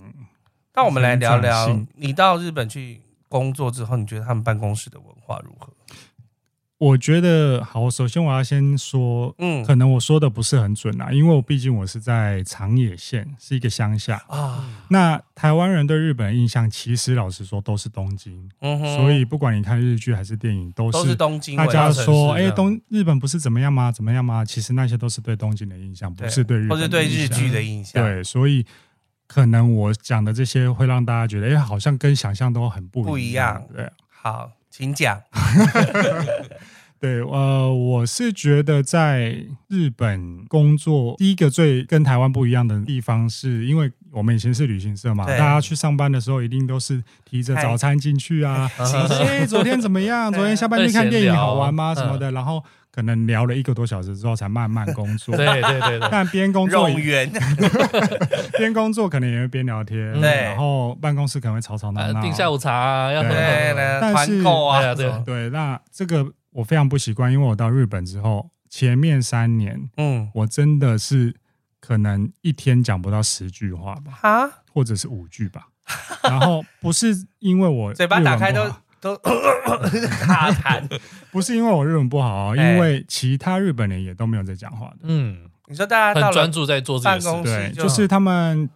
[SPEAKER 2] 那我们来聊聊
[SPEAKER 3] 成长性
[SPEAKER 2] 你到日本去工作之后，你觉得他们办公室的文化如何？
[SPEAKER 3] 我觉得好，首先我要先说，
[SPEAKER 2] 嗯
[SPEAKER 3] 可能我说的不是很准啊，因为我毕竟我是在长野县，是一个乡下。
[SPEAKER 2] 啊，
[SPEAKER 3] 那台湾人对日本的印象，其实老实说都是东京。
[SPEAKER 2] 嗯哼，
[SPEAKER 3] 所以不管你看日剧还是电影，都
[SPEAKER 2] 都是
[SPEAKER 3] 是
[SPEAKER 2] 东京
[SPEAKER 3] 大
[SPEAKER 2] 文化
[SPEAKER 3] 家
[SPEAKER 2] 城市这样，
[SPEAKER 3] 说，哎，东日本不是怎么样吗？怎么样吗？其实那些都是对东京的印象，不是对日
[SPEAKER 2] 或
[SPEAKER 3] 本
[SPEAKER 2] 是
[SPEAKER 3] 的
[SPEAKER 2] 对
[SPEAKER 3] 印
[SPEAKER 2] 日
[SPEAKER 3] 象
[SPEAKER 2] 剧的印象，
[SPEAKER 3] 对，所以可能我讲的这些会让大家觉得，哎，好像跟想象都很不
[SPEAKER 2] 不一
[SPEAKER 3] 一
[SPEAKER 2] 样
[SPEAKER 3] 对
[SPEAKER 2] 好，请讲。
[SPEAKER 3] 对，呃，我是觉得在日本工作，第一个最跟台湾不一样的地方是，因为我们以前是旅行社嘛，
[SPEAKER 2] 对
[SPEAKER 3] 大家去上班的时候一定都是提着早餐进去 啊，
[SPEAKER 1] 嗨
[SPEAKER 3] 哎、昨天怎 么样？
[SPEAKER 2] 对
[SPEAKER 3] 昨天下班去看电影好玩吗？
[SPEAKER 1] 嗯
[SPEAKER 3] 什么的，然后可能聊了一个多小时之后才慢慢工作。
[SPEAKER 1] 对对 对对，
[SPEAKER 3] 但边工作
[SPEAKER 2] 冗员，
[SPEAKER 3] 边工作可能也会边聊天，
[SPEAKER 1] 嗯对
[SPEAKER 3] 然后办公室可能会吵吵闹
[SPEAKER 1] 啊
[SPEAKER 3] 闹。
[SPEAKER 1] 订下午茶啊，要喝
[SPEAKER 3] 哦
[SPEAKER 2] 对
[SPEAKER 3] 对
[SPEAKER 1] 喝。
[SPEAKER 2] 了，
[SPEAKER 3] 嗯但
[SPEAKER 2] 哎团
[SPEAKER 3] 是
[SPEAKER 2] 购
[SPEAKER 1] 对
[SPEAKER 2] 啊，
[SPEAKER 1] 啊对
[SPEAKER 2] 什么
[SPEAKER 3] 对，那这个我非常不习惯，因为我到日本之后，前面三年
[SPEAKER 2] 嗯，
[SPEAKER 3] 我真的是可能一天讲不到十句话吧，
[SPEAKER 2] 哈，
[SPEAKER 3] 或者是五句 吧。然后不是因为我
[SPEAKER 2] 嘴巴打开
[SPEAKER 3] 日文
[SPEAKER 2] 都
[SPEAKER 3] 不好
[SPEAKER 2] 都 卡痰。
[SPEAKER 3] 不是因为我日文不好哦，
[SPEAKER 2] 哎
[SPEAKER 3] 因为其他日本人也都没有在讲话的。
[SPEAKER 1] 嗯，
[SPEAKER 2] 你说大家
[SPEAKER 1] 很
[SPEAKER 2] 到
[SPEAKER 1] 专
[SPEAKER 2] 了
[SPEAKER 1] 注在做自己的
[SPEAKER 2] 办公
[SPEAKER 1] 事，
[SPEAKER 2] 室
[SPEAKER 3] 对，
[SPEAKER 2] 就
[SPEAKER 3] 就是他们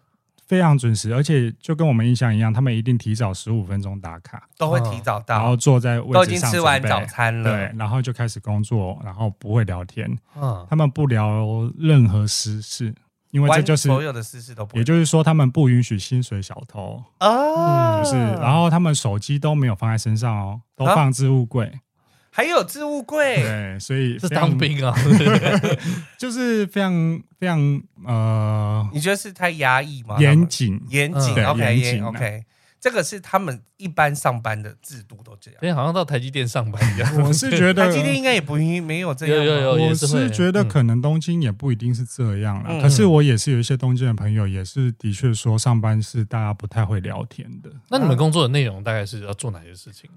[SPEAKER 3] 非常准时，而且就跟我们印象一样，他们一定提早十五分钟打卡，
[SPEAKER 2] 都会提早
[SPEAKER 3] 然
[SPEAKER 2] 到，
[SPEAKER 3] 后坐在
[SPEAKER 2] 都
[SPEAKER 3] 哦位
[SPEAKER 2] 已
[SPEAKER 3] 置
[SPEAKER 2] 经
[SPEAKER 3] 上
[SPEAKER 2] 吃完
[SPEAKER 3] 准备
[SPEAKER 2] 早餐了
[SPEAKER 3] 对，，然后就开始工作，然后不会聊天，
[SPEAKER 1] 嗯
[SPEAKER 3] 他们不聊任何私事，因为这
[SPEAKER 2] 啊完
[SPEAKER 3] 就是，
[SPEAKER 2] 所有的私事都不
[SPEAKER 3] 也就是说，他们不允许薪水小偷，
[SPEAKER 2] 啊，
[SPEAKER 3] 嗯就是，然后他们手机都没有放在身上哦，都
[SPEAKER 2] 啊
[SPEAKER 3] 放置物柜，
[SPEAKER 2] 还有置物柜，
[SPEAKER 3] 对，所以
[SPEAKER 1] 哎是
[SPEAKER 3] 非常
[SPEAKER 1] 当兵 啊，
[SPEAKER 3] 就是非常非常呃
[SPEAKER 2] 你觉得是太压抑吗？
[SPEAKER 3] 严谨，
[SPEAKER 2] 严谨
[SPEAKER 1] 嗯
[SPEAKER 2] ，OK，
[SPEAKER 3] 对严
[SPEAKER 2] 严
[SPEAKER 3] 谨啊
[SPEAKER 2] OK，这个是他们一般上班的制度都这样。
[SPEAKER 1] 因为好像到台积电上班一样。
[SPEAKER 3] 我是觉
[SPEAKER 2] 他
[SPEAKER 3] 得
[SPEAKER 2] 今天应该也不没有这样吧，
[SPEAKER 1] 有有有也
[SPEAKER 3] 我
[SPEAKER 1] 是会
[SPEAKER 3] 是觉得
[SPEAKER 1] 嗯
[SPEAKER 3] 可能东京也不一定是这样啦，
[SPEAKER 2] 嗯
[SPEAKER 3] 可是我也是有一些东京的朋友，也是的确说上班是大家不太会聊天的。
[SPEAKER 1] 那你们工作的内容大概是要做哪些事情？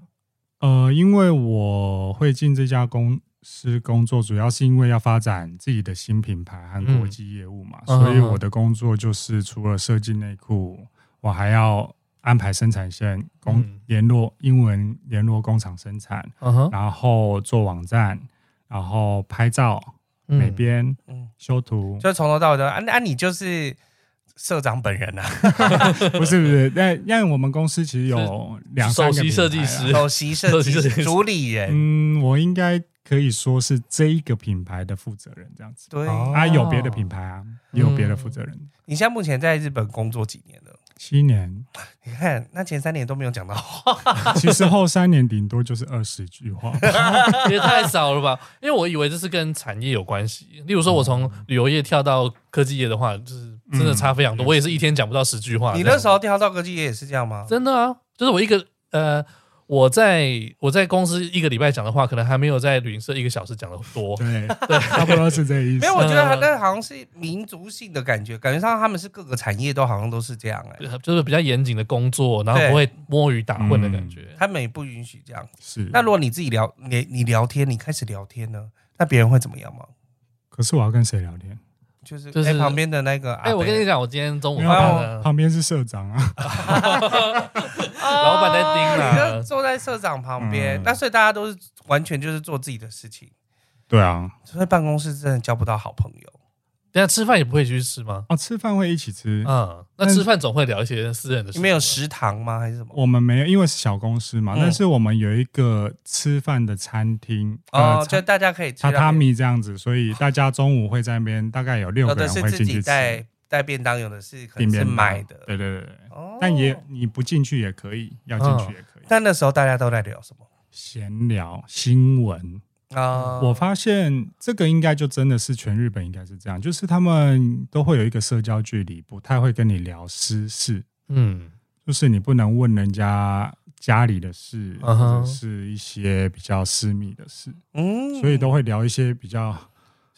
[SPEAKER 3] 呃，因为我会进这家公司工作，主要是因为要发展自己的新品牌和国际业务嘛，
[SPEAKER 1] 嗯
[SPEAKER 3] 所以我的工作就是除了设计内裤，我还要安排生产线、工
[SPEAKER 1] 嗯
[SPEAKER 3] 联络英文联络工厂生产，
[SPEAKER 1] 嗯哼，
[SPEAKER 3] 然后做网站，然后拍照、
[SPEAKER 1] 嗯
[SPEAKER 3] 美编、
[SPEAKER 2] 嗯
[SPEAKER 3] 修 图，
[SPEAKER 2] 就从头到尾都，啊那啊你就是社长本人啊，
[SPEAKER 3] 不是不是，但但我们公司其实有两三个
[SPEAKER 1] 首席
[SPEAKER 3] 品牌啊
[SPEAKER 1] 设计师
[SPEAKER 2] 首席设
[SPEAKER 1] 首席
[SPEAKER 2] 计
[SPEAKER 1] 设计
[SPEAKER 2] 师
[SPEAKER 1] 师
[SPEAKER 2] 主理人，
[SPEAKER 3] 嗯，我应该可以说是这一个品牌的负责人这样子。
[SPEAKER 2] 对。
[SPEAKER 1] 哦
[SPEAKER 3] 啊，有别的品牌
[SPEAKER 2] 哦
[SPEAKER 3] 啊，也有别的负责人。
[SPEAKER 2] 你现在目前在日本工作几年了？
[SPEAKER 3] 七年，
[SPEAKER 2] 你看，那前三年都没有讲到话，
[SPEAKER 3] 其实后三年顶多就是二十句话。
[SPEAKER 1] 也太少了吧？因为我以为这是跟产业有关系。例如说，我从
[SPEAKER 2] 哦
[SPEAKER 1] 旅游业跳到科技业的话，就是真的差非常多。
[SPEAKER 3] 嗯
[SPEAKER 1] 我也是一天讲不到十句话。
[SPEAKER 2] 你
[SPEAKER 1] 这样
[SPEAKER 2] 那时候跳到科技业也是这样吗？
[SPEAKER 1] 哦真的啊，就是我一个呃，我在我在公司一个礼拜讲的话，可能还没有在旅行社一个小时讲的多。
[SPEAKER 3] 对，差不多是这个意思
[SPEAKER 2] 没有，。我觉得他
[SPEAKER 1] 嗯
[SPEAKER 2] 那好像是民族性的感觉，感觉上他们是各个产业都好像都是这样哎、
[SPEAKER 1] 呃就是比较严谨的工作，然后不会摸鱼打混的感觉。
[SPEAKER 2] 他们也不允许这样。
[SPEAKER 3] 是，
[SPEAKER 2] 那如果你自己聊，你你聊天，你开始聊天呢，那别人会怎么样吗？
[SPEAKER 3] 可是我要跟谁聊天？
[SPEAKER 2] 就是
[SPEAKER 1] 就是
[SPEAKER 2] 哎旁边的那个阿伯，
[SPEAKER 1] 哎、我跟你讲，我今天中午
[SPEAKER 3] 没
[SPEAKER 1] 看
[SPEAKER 3] 有
[SPEAKER 2] 啊
[SPEAKER 1] 了
[SPEAKER 3] 旁，旁边是社长啊。
[SPEAKER 1] 老板在盯啊
[SPEAKER 2] 你就坐在社长旁边，
[SPEAKER 3] 嗯
[SPEAKER 2] 那所以大家都是完全就是做自己的事情，
[SPEAKER 3] 对啊，
[SPEAKER 2] 所以办公室真的交不到好朋友。
[SPEAKER 1] 等一下吃饭也不会去吃吗？
[SPEAKER 3] 哦，吃饭会一起吃。
[SPEAKER 1] 嗯，那吃饭总会聊一些私人的
[SPEAKER 2] 你
[SPEAKER 1] 事。
[SPEAKER 2] 们有食堂吗？还是什么？
[SPEAKER 3] 我们没有，因为是小公司嘛，
[SPEAKER 2] 嗯
[SPEAKER 3] 但是我们有一个吃饭的餐厅，
[SPEAKER 2] 哦
[SPEAKER 3] 呃，，
[SPEAKER 2] 就大家可以吃
[SPEAKER 3] 榻榻，米这样子，所以大家中午会在那边，大概有六
[SPEAKER 2] 有
[SPEAKER 3] 个
[SPEAKER 2] 的
[SPEAKER 3] 人
[SPEAKER 2] 哦是
[SPEAKER 3] 会
[SPEAKER 2] 自
[SPEAKER 3] 进
[SPEAKER 2] 己
[SPEAKER 3] 去吃
[SPEAKER 2] 带带便当，有的是可
[SPEAKER 3] 订
[SPEAKER 2] 能是
[SPEAKER 3] 便当
[SPEAKER 2] 买的。
[SPEAKER 3] 对对对对，
[SPEAKER 2] 哦
[SPEAKER 3] 但也你不进去也可以，要进
[SPEAKER 2] 嗯
[SPEAKER 3] 去也可以。
[SPEAKER 2] 但那时候大家都在聊什么
[SPEAKER 3] 闲聊新闻，
[SPEAKER 2] 啊？
[SPEAKER 3] 我发现这个应该就真的是全日本应该是这样，就是他们都会有一个社交距离，不太会跟你聊私事，
[SPEAKER 1] 嗯，
[SPEAKER 3] 就是你不能问人家家里的事，
[SPEAKER 1] 嗯
[SPEAKER 3] 或
[SPEAKER 1] 哼
[SPEAKER 3] 者是一些比较私密的事，
[SPEAKER 2] 嗯
[SPEAKER 3] 所以都会聊一些比较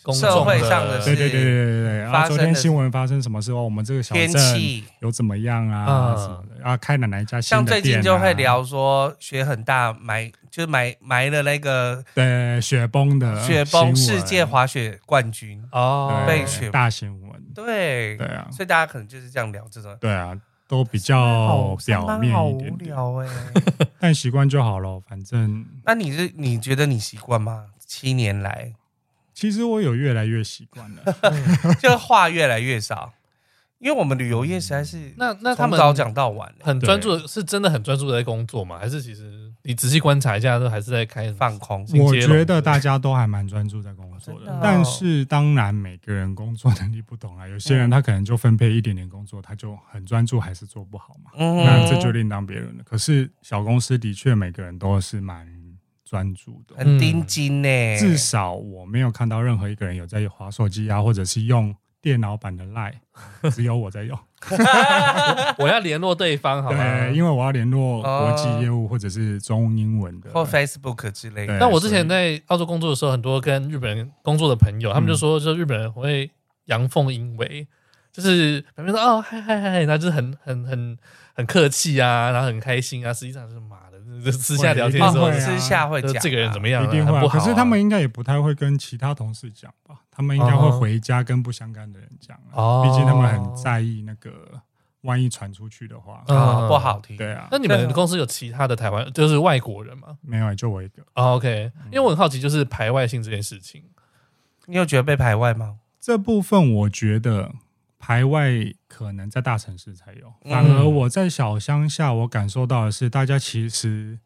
[SPEAKER 1] 公
[SPEAKER 2] 社
[SPEAKER 1] 众
[SPEAKER 2] 会上的
[SPEAKER 3] 对
[SPEAKER 2] 事
[SPEAKER 1] 的
[SPEAKER 3] 对对对对对。
[SPEAKER 2] 嗯
[SPEAKER 3] 然
[SPEAKER 2] 发
[SPEAKER 3] 后
[SPEAKER 2] 生
[SPEAKER 3] 昨
[SPEAKER 2] 的
[SPEAKER 3] 天
[SPEAKER 2] 事
[SPEAKER 3] 新闻发生什么时候？我们这个小
[SPEAKER 2] 天
[SPEAKER 3] 镇
[SPEAKER 2] 气，
[SPEAKER 3] 有怎么样啊？
[SPEAKER 1] 啊
[SPEAKER 3] 什么的啊，开了哪一家新
[SPEAKER 2] 像
[SPEAKER 3] 的店啊？
[SPEAKER 2] 最近就会聊说雪很大，埋就是埋埋了那个
[SPEAKER 3] 对雪崩的
[SPEAKER 2] 雪崩
[SPEAKER 3] 呃新
[SPEAKER 2] 世
[SPEAKER 3] 闻
[SPEAKER 2] 界滑雪冠军。
[SPEAKER 1] 哦
[SPEAKER 3] 对，
[SPEAKER 2] 被雪
[SPEAKER 3] 大新闻，
[SPEAKER 2] 对
[SPEAKER 3] 对，啊，
[SPEAKER 2] 所以大家可能就是这样聊这种。
[SPEAKER 3] 对啊，都比较
[SPEAKER 2] 上
[SPEAKER 3] 哦表
[SPEAKER 2] 班
[SPEAKER 3] 面
[SPEAKER 2] 好
[SPEAKER 3] 一点
[SPEAKER 2] 无
[SPEAKER 3] 点，
[SPEAKER 2] 聊哎、
[SPEAKER 3] 但习惯就好了。反正
[SPEAKER 2] 那你是你觉得你习惯吗？七年来，
[SPEAKER 3] 其实我有越来越习 惯了，
[SPEAKER 2] 就话越来越少，因为我们旅游业实在是
[SPEAKER 1] 嗯那那他
[SPEAKER 2] 从
[SPEAKER 1] 们
[SPEAKER 2] 早讲到晚、
[SPEAKER 1] 很专注的，是真的很专注的在工作吗？还是其实你仔细观察一下，都还是在开
[SPEAKER 2] 放空。
[SPEAKER 1] 进
[SPEAKER 3] 我
[SPEAKER 1] 阶了
[SPEAKER 3] 觉得大家都还蛮专注在工作
[SPEAKER 2] 真的嗯
[SPEAKER 3] 的
[SPEAKER 2] 哦，
[SPEAKER 3] 但是当然每个人工作能力不同啊，有些人他可能就分配一点点工作，他就很专注，还是做不好嘛。
[SPEAKER 2] 嗯
[SPEAKER 3] 那这就另当别论了。可是小公司的确每个人都是蛮专注
[SPEAKER 1] 嗯
[SPEAKER 3] 的，
[SPEAKER 2] 很盯紧呢、
[SPEAKER 3] 至少我没有看到任何一个人有在划手机啊，或者是用电脑版的 Line，只有我在用。
[SPEAKER 1] 我要联络对方，好吗？
[SPEAKER 3] 对，因为我要联络国际
[SPEAKER 2] 哦
[SPEAKER 3] 业务或者是中英文的。
[SPEAKER 1] 哦
[SPEAKER 2] 或 Facebook 之类的。
[SPEAKER 3] 对
[SPEAKER 1] 那我之
[SPEAKER 3] 所以
[SPEAKER 1] 前在澳洲工作的时候，很多跟日本人工作的朋友，他
[SPEAKER 3] 嗯
[SPEAKER 1] 们就说，就日本人会阳奉阴违，就是表面说哦嗨嗨嗨，那就是很很很很客气啊，然后很开心啊，实际上是妈的，就是私下聊天的时候
[SPEAKER 3] 会，啊
[SPEAKER 2] 私下会
[SPEAKER 1] 就是
[SPEAKER 2] 讲啊
[SPEAKER 1] 这个人怎么样啊，
[SPEAKER 3] 一定会啊、
[SPEAKER 1] 很不好
[SPEAKER 3] 可
[SPEAKER 1] 啊。
[SPEAKER 3] 是他们应该也不太会跟其他同事讲吧？他们应该会回家跟不相干的人讲、
[SPEAKER 1] 哦
[SPEAKER 3] 啊，毕竟他们很在意那个，万一传出去的话，
[SPEAKER 1] 嗯
[SPEAKER 2] 啊不好听。
[SPEAKER 3] 对啊
[SPEAKER 1] 那，你们公司有其他的台湾就是外国人吗、
[SPEAKER 3] 没有、啊就我一个。
[SPEAKER 1] 哦、？OK，因为我很好奇，就是排外性这件事情。
[SPEAKER 2] 你有觉得被排外吗？
[SPEAKER 3] 这部分我觉得排外可能在大城市才有，反而我在小乡下，我感受到的是大家其实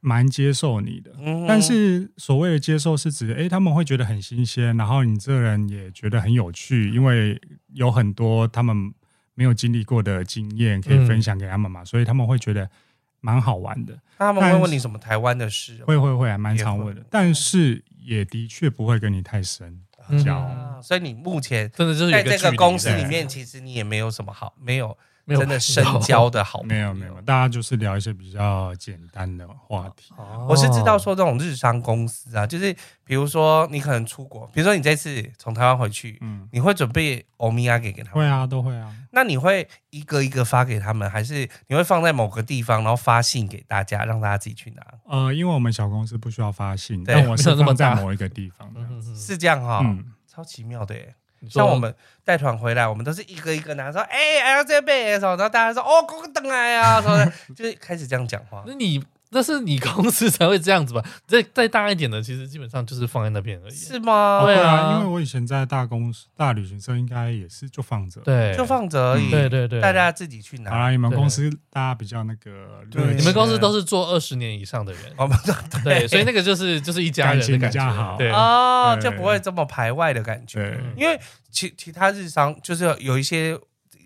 [SPEAKER 3] 蛮接受你的。
[SPEAKER 2] 嗯
[SPEAKER 3] 但是所谓的接受是指，诶，他们会觉得很新鲜，然后你这个人也觉得很有趣，因为有很多他们没有经历过的经验可以分享给他们嘛，所以他们会觉得蛮好玩的。
[SPEAKER 2] 他们会问你什么台湾的事哦，
[SPEAKER 3] 会会会，还蛮
[SPEAKER 2] 也
[SPEAKER 3] 常
[SPEAKER 2] 会
[SPEAKER 3] 问的，但是也的确不会跟你太深
[SPEAKER 1] 嗯
[SPEAKER 3] 交。
[SPEAKER 2] 啊所以你目前
[SPEAKER 1] 真的就是有
[SPEAKER 2] 在
[SPEAKER 1] 一
[SPEAKER 2] 这
[SPEAKER 1] 距
[SPEAKER 2] 个
[SPEAKER 1] 离
[SPEAKER 2] 公司
[SPEAKER 1] 在
[SPEAKER 2] 里面，其实你也没有什么好，没有
[SPEAKER 1] 没有
[SPEAKER 2] 真的深
[SPEAKER 1] 深
[SPEAKER 2] 交的好，
[SPEAKER 3] 没有没有，。大家就是聊一些比较简单的话题。
[SPEAKER 2] 我是
[SPEAKER 1] 哦
[SPEAKER 2] 知道说这种日商公司啊，就是比如说你可能出国，比如说你这次从台湾回去，
[SPEAKER 3] 嗯，
[SPEAKER 2] 你会准备欧米亚给给他
[SPEAKER 3] 会
[SPEAKER 2] 们，
[SPEAKER 3] 啊，都会啊。
[SPEAKER 2] 那你会一个一个发给他们，还是你会放在某个地方，然后发信给大家，让大家自己去拿？
[SPEAKER 3] 呃，因为我们小公司不需要发信，
[SPEAKER 2] 对
[SPEAKER 3] 但
[SPEAKER 1] 没
[SPEAKER 3] 我是
[SPEAKER 1] 有那么
[SPEAKER 3] 放在
[SPEAKER 1] 大嗯
[SPEAKER 3] 某一个地方这样。
[SPEAKER 2] 是这样哈、
[SPEAKER 3] 嗯，
[SPEAKER 2] 超奇妙的耶。像
[SPEAKER 1] 像
[SPEAKER 2] 我们带团回来，我们都是一个一个拿，说哎，l 这杯的时候，然后大家说哦，公等来啊，什么的，就是开始这样讲 话。
[SPEAKER 1] 那你那是你公司才会这样子吧？再再大一点的，其实基本上就是放在那边而已。
[SPEAKER 2] 是吗？
[SPEAKER 1] 对
[SPEAKER 3] 会
[SPEAKER 1] 啊
[SPEAKER 3] 啊，因为我以前在大公司、大旅行社，应该也是就放着。，
[SPEAKER 1] 对，
[SPEAKER 2] 就放着而已，
[SPEAKER 1] 对对对，啊
[SPEAKER 2] 大家自己去
[SPEAKER 3] 好
[SPEAKER 2] 拿。
[SPEAKER 3] 啦，你们
[SPEAKER 1] 对
[SPEAKER 3] 公司大家比较那个热情，
[SPEAKER 1] 你们公
[SPEAKER 2] 嗯
[SPEAKER 1] 司都是做二十年以上的人，
[SPEAKER 2] 我们都
[SPEAKER 1] 对，所以那个就是就是一家人
[SPEAKER 3] 感情
[SPEAKER 1] 的
[SPEAKER 3] 比
[SPEAKER 1] 感觉，
[SPEAKER 3] 较好
[SPEAKER 1] 对，
[SPEAKER 2] 哦，就
[SPEAKER 3] 对
[SPEAKER 2] 不会这么排外的感觉。
[SPEAKER 3] 对
[SPEAKER 1] 嗯
[SPEAKER 2] 因为其其他日商就是有一些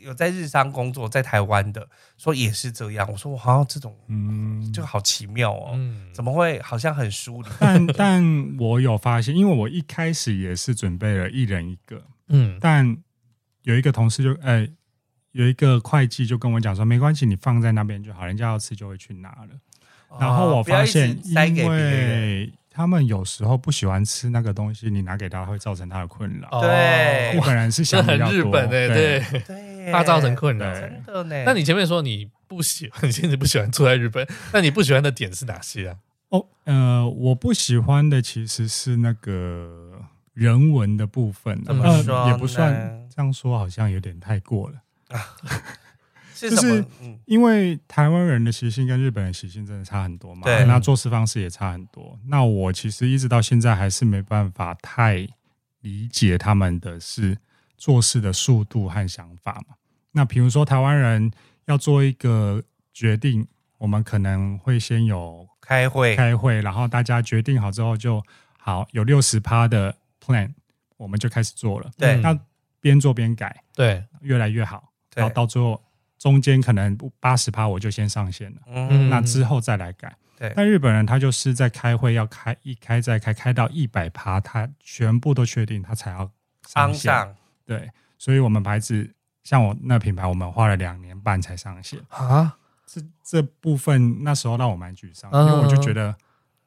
[SPEAKER 2] 有在日商工作在台湾的，说也是这样。我说哇，这种
[SPEAKER 3] 嗯，
[SPEAKER 2] 就好奇妙哦，
[SPEAKER 1] 嗯，
[SPEAKER 2] 怎么会好像很疏离？
[SPEAKER 3] 但但我有发现，因为我一开始也是准备了一人一个，
[SPEAKER 1] 嗯，
[SPEAKER 3] 但有一个同事就哎、有一个会计就跟我讲说，没关系，你放在那边就好，人家要吃就会去拿了。然后
[SPEAKER 2] 哦
[SPEAKER 3] 我
[SPEAKER 2] 不要
[SPEAKER 3] 发
[SPEAKER 2] 一直
[SPEAKER 3] 现，
[SPEAKER 2] 塞给
[SPEAKER 3] 因
[SPEAKER 2] 别人。
[SPEAKER 3] 为他们有时候不喜欢吃那个东西，你拿给他会造成他的困扰。
[SPEAKER 1] 哦
[SPEAKER 2] 对
[SPEAKER 3] 我本来是
[SPEAKER 1] 这
[SPEAKER 3] 想
[SPEAKER 1] 很
[SPEAKER 3] 比较
[SPEAKER 1] 日
[SPEAKER 3] 多
[SPEAKER 1] 本诶，
[SPEAKER 3] 对，
[SPEAKER 1] 对，
[SPEAKER 2] 对，
[SPEAKER 1] 怕造成困扰。
[SPEAKER 3] 对
[SPEAKER 2] 真的呢。
[SPEAKER 1] 那你前面说你不喜欢，你现在不喜欢住在日本， 那你不喜欢的点是哪些啊？
[SPEAKER 3] 哦，呃，我不喜欢的其实是那个人文的部分，
[SPEAKER 2] 怎么
[SPEAKER 3] 呃
[SPEAKER 2] 说
[SPEAKER 3] 也不
[SPEAKER 2] 呢
[SPEAKER 3] 算这样说，好像有点太过了。
[SPEAKER 2] 是
[SPEAKER 3] 就
[SPEAKER 2] 什么
[SPEAKER 3] 是？
[SPEAKER 2] 嗯，
[SPEAKER 3] 因为台湾人的习性跟日本人习性真的差很多嘛，
[SPEAKER 2] 对
[SPEAKER 3] 那做事方式也差很多。那我其实一直到现在还是没办法太理解他们的是做事的速度和想法嘛。那比如说台湾人要做一个决定，我们可能会先有
[SPEAKER 2] 开会，
[SPEAKER 3] 开会，然后大家决定好之后就好，有六十趴的 plan，我们就开始做了，
[SPEAKER 2] 对
[SPEAKER 1] 嗯
[SPEAKER 3] 那边做边改，
[SPEAKER 1] 对，
[SPEAKER 3] 越来越好。
[SPEAKER 2] 对
[SPEAKER 3] 然后，到最后中间可能八十趴我就先上线了，
[SPEAKER 2] 嗯，
[SPEAKER 3] 那之后再来改。
[SPEAKER 2] 对
[SPEAKER 3] 但日本人他就是在开会要开一开再开，开到一百趴，他全部都确定他才要上
[SPEAKER 2] 安
[SPEAKER 3] 线。
[SPEAKER 2] 上
[SPEAKER 3] 对，所以我们牌子像我那品牌，我们花了两年半才上线。
[SPEAKER 1] 啊，
[SPEAKER 3] 这这部分那时候让我蛮沮丧，
[SPEAKER 1] 嗯
[SPEAKER 3] 因为我就觉得